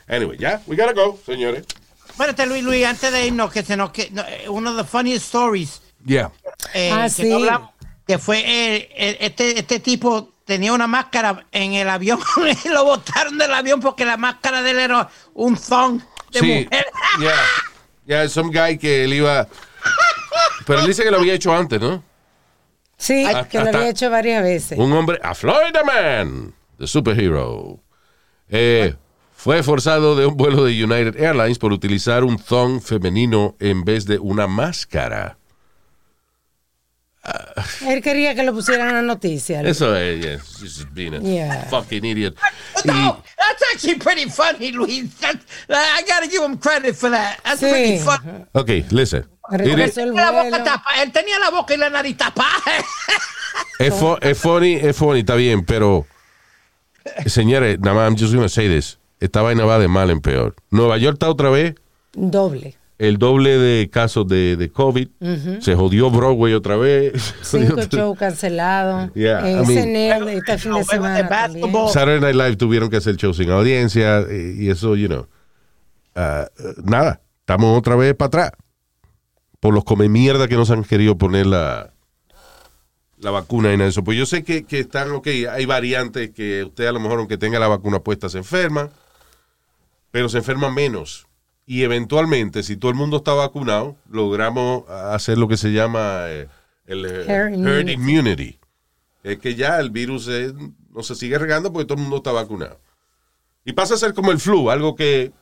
Speaker 2: Anyway, ya, we gotta go, señores.
Speaker 4: Espérate, Luis, Luis, antes de irnos, que se nos que no, eh, uno de the funniest stories
Speaker 2: Yeah.
Speaker 4: eh,
Speaker 3: Ah,
Speaker 4: que
Speaker 3: sí.
Speaker 4: no hablamos, que fue eh, eh, este, este tipo tenía una máscara en el avión y lo botaron del avión porque la máscara de él era un thong de
Speaker 2: Sí.
Speaker 4: mujer.
Speaker 2: Yeah. Yeah, some guy que él iba. Pero él dice que lo había hecho antes, ¿no?
Speaker 3: Sí,
Speaker 2: Ay,
Speaker 3: que lo
Speaker 2: Ah, hasta- Uh.
Speaker 3: había hecho varias veces.
Speaker 2: Un hombre, a Florida Man, the superhero, eh, fue forzado de un vuelo de United Airlines por utilizar un thong femenino en vez de una máscara.
Speaker 3: Él quería que lo pusieran en la noticia.
Speaker 2: Eso es, yeah, it's just being a
Speaker 3: Yeah.
Speaker 2: fucking idiot.
Speaker 4: No, that's actually pretty funny, Luis. That- I gotta give him credit for that. That's
Speaker 3: Sí.
Speaker 4: pretty funny.
Speaker 2: Y- ok, listen. It is-
Speaker 3: Regresó el
Speaker 4: La boca
Speaker 3: vuelo.
Speaker 4: tapa. Él tenía la boca y la nariz tapada.
Speaker 2: Es, fo- es funny, es funny, está bien, pero señores, nada más, I'm just gonna say this. Esta vaina va de mal en peor. Nueva York está otra vez
Speaker 3: Doble.
Speaker 2: el doble de casos de, de COVID. Se jodió Broadway otra vez.
Speaker 3: Cinco shows cancelados.
Speaker 2: Yeah, I
Speaker 3: Eh,
Speaker 2: mean-
Speaker 3: SNL este fin de
Speaker 4: Los juegos de
Speaker 3: semana también.
Speaker 4: basketball.
Speaker 2: Saturday Night Live tuvieron que hacer show sin audiencia eh, y eso, you know. Ah, eh, nada, estamos otra vez para atrás. Por los come mierda que nos han querido poner la, la vacuna y nada de eso. Pues yo sé que, que están, ok, hay variantes que usted a lo mejor, aunque tenga la vacuna puesta, se enferma, pero se enferma menos. Y eventualmente, si todo el mundo está vacunado, logramos hacer lo que se llama eh, el eh,
Speaker 3: Herd
Speaker 2: herd
Speaker 3: immunity.
Speaker 2: immunity es que ya el virus eh, no se sigue regando porque todo el mundo está vacunado. Y pasa a ser como el flu, algo que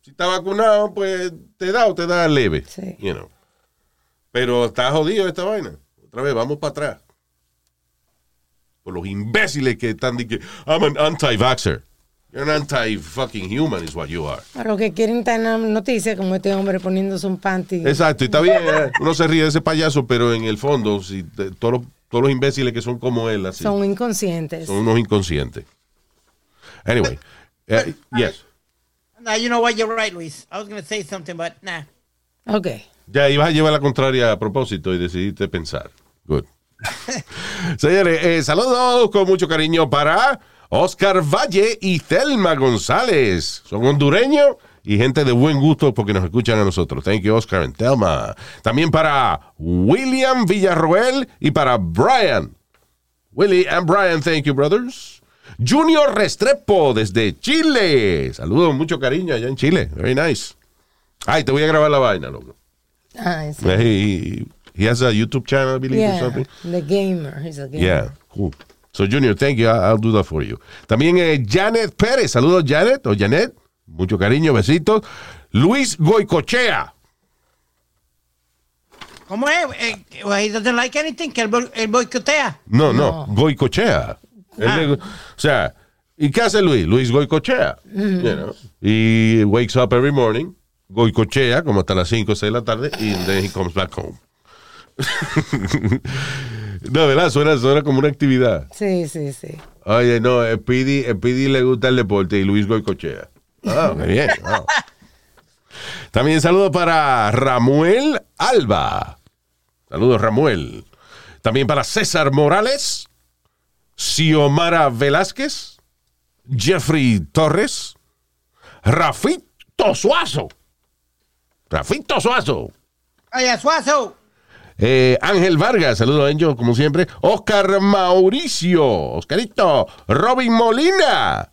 Speaker 2: si está vacunado, pues te da o te da leve.
Speaker 3: Sí.
Speaker 2: you know. Pero está jodido esta vaina. Otra vez, vamos para atrás. Por los imbéciles que están diciendo, I'm an anti-vaxxer. You're an anti-fucking human is what you are.
Speaker 3: A lo que quieren tan noticias como este hombre poniéndose un panty.
Speaker 2: Exacto, y está bien, eh, uno se ríe de ese payaso, pero en el fondo, si te- todos, los, todos los imbéciles que son como él, así, son,
Speaker 3: Son inconscientes.
Speaker 2: unos inconscientes. Anyway, eh, yes.
Speaker 4: Nah, you know what? You're right, Luis. I was going to say something, but nah.
Speaker 3: Ok.
Speaker 2: Ya ibas a llevar la contraria a propósito y decidiste pensar. Good. Señores, eh, saludos con mucho cariño para Oscar Valle y Thelma González. Son hondureños y gente de buen gusto porque nos escuchan a nosotros. Thank you, Oscar and Thelma. También para William Villarroel y para Brian. Willie and Brian, thank you, brothers. Junior Restrepo desde Chile. Saludos, mucho cariño allá en Chile. Very nice. Ay, te voy a grabar la vaina, loco.
Speaker 3: Ah, sí.
Speaker 2: Yeah, he, he has a YouTube channel, I believe, or
Speaker 3: Yeah,
Speaker 2: something.
Speaker 3: the gamer. He's a gamer.
Speaker 2: Yeah, cool. So, Junior, thank you. I- I'll do that for you. También eh, Janet Pérez. Saludos, Janet. O Janet. Mucho cariño, besitos. Luis Goicochea.
Speaker 4: ¿Cómo es? Eh, well, he doesn't like anything que él, bo- él boicotea.
Speaker 2: No, no, Ah. Goicochea. Él le- o sea, ¿y qué hace Luis? Luis Goicochea. you know. Y wakes up every morning, Goicochea, como hasta las 5 o 6 de la tarde, y then he comes back home. no, ¿verdad? Suena, suena como una actividad.
Speaker 3: Sí, sí, sí.
Speaker 2: Oye, no, eh, a Speedy, a Speedy le gusta el deporte y Luis Goicochea. Ah, qué bien. wow. También saludo para Ramuel Alba. Saludos, Ramuel. También para César Morales, Xiomara Velázquez, Jeffrey Torres, Rafito Suazo. Rafito Suazo.
Speaker 4: Oye, Oh, Suazo.
Speaker 2: Eh, Ángel Vargas, saludos Angel, como siempre. Oscar Mauricio, Oscarito, Robin Molina,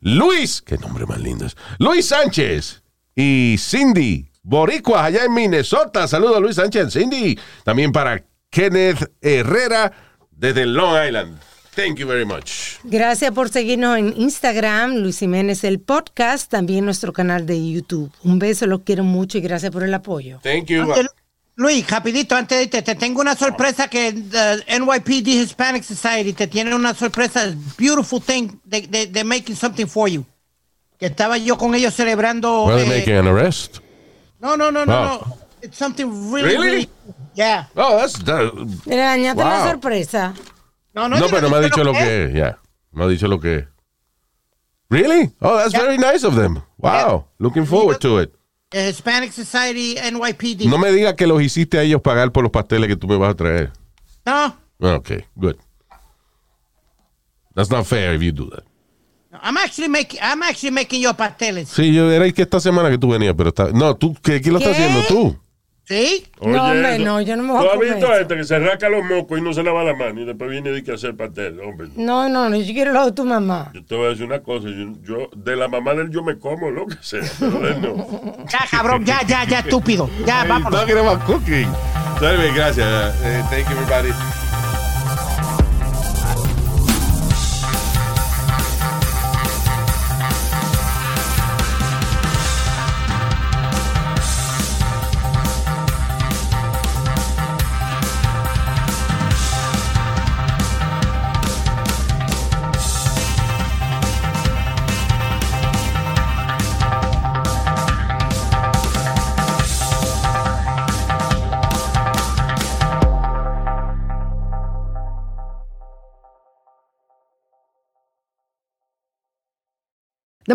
Speaker 2: Luis, qué nombre más lindo es. Luis Sánchez y Cindy, Boricuas allá en Minnesota. Saludos Luis Sánchez, Cindy. También para Kenneth Herrera desde Long Island. Thank you very much.
Speaker 3: Gracias por seguirnos en Instagram, Luis Jiménez el podcast, también nuestro canal de YouTube. Un beso, los quiero mucho y gracias por el apoyo.
Speaker 2: Thank you.
Speaker 4: Antes- Eh, Luis, rapidito, antes de irte, te tengo una sorpresa que eh, the NYPD Hispanic Society te tiene una sorpresa, beautiful thing, they, they, they're making something for you. Que estaba yo con ellos celebrando...
Speaker 2: Were
Speaker 4: eh,
Speaker 2: they making an arrest?
Speaker 4: no, no, no, no,
Speaker 2: Oh.
Speaker 4: no. It's something really,
Speaker 2: Really?
Speaker 4: really... Yeah.
Speaker 2: Oh, that's, that-
Speaker 3: Le dañaste
Speaker 2: Wow.
Speaker 3: la sorpresa.
Speaker 4: No, no,
Speaker 2: No,
Speaker 4: yo
Speaker 2: pero me ha
Speaker 4: sé
Speaker 2: dicho lo que es. Ya, me ha dicho lo que es. Really? Oh, that's very nice of them. Wow, looking forward to it.
Speaker 4: Eh, Hispanic Society NYPD.
Speaker 2: No me digas que los hiciste a ellos pagar por los pasteles que tú me vas a traer.
Speaker 4: No,
Speaker 2: Okay, good. That's not fair if you do that.
Speaker 4: no, I'm actually making, I'm actually making your pasteles.
Speaker 2: Sí, yo era el que esta semana que tú venías, pero está... No, tú, ¿qué, quién lo está
Speaker 3: ¿Qué?
Speaker 2: haciendo tú?
Speaker 4: ¿Sí?
Speaker 3: No, hombre, no, yo no me voy a
Speaker 5: ¿Tú has
Speaker 3: comer
Speaker 5: visto
Speaker 3: eso.
Speaker 5: a este que se rasca los mocos y no se lava la mano y después viene y dice que hacer pastel? Hombre,
Speaker 3: No, no, no, yo quiero lo de tu mamá.
Speaker 5: yo te voy a decir una cosa. Yo, yo- de la mamá de él yo me como lo que sea, pero de él no.
Speaker 4: Ya, cabrón, ya, ya, ya, estúpido. Ya, Ah, vámonos.
Speaker 2: Talking about cooking. Anyway, gracias. Eh, thank you, everybody.
Speaker 7: The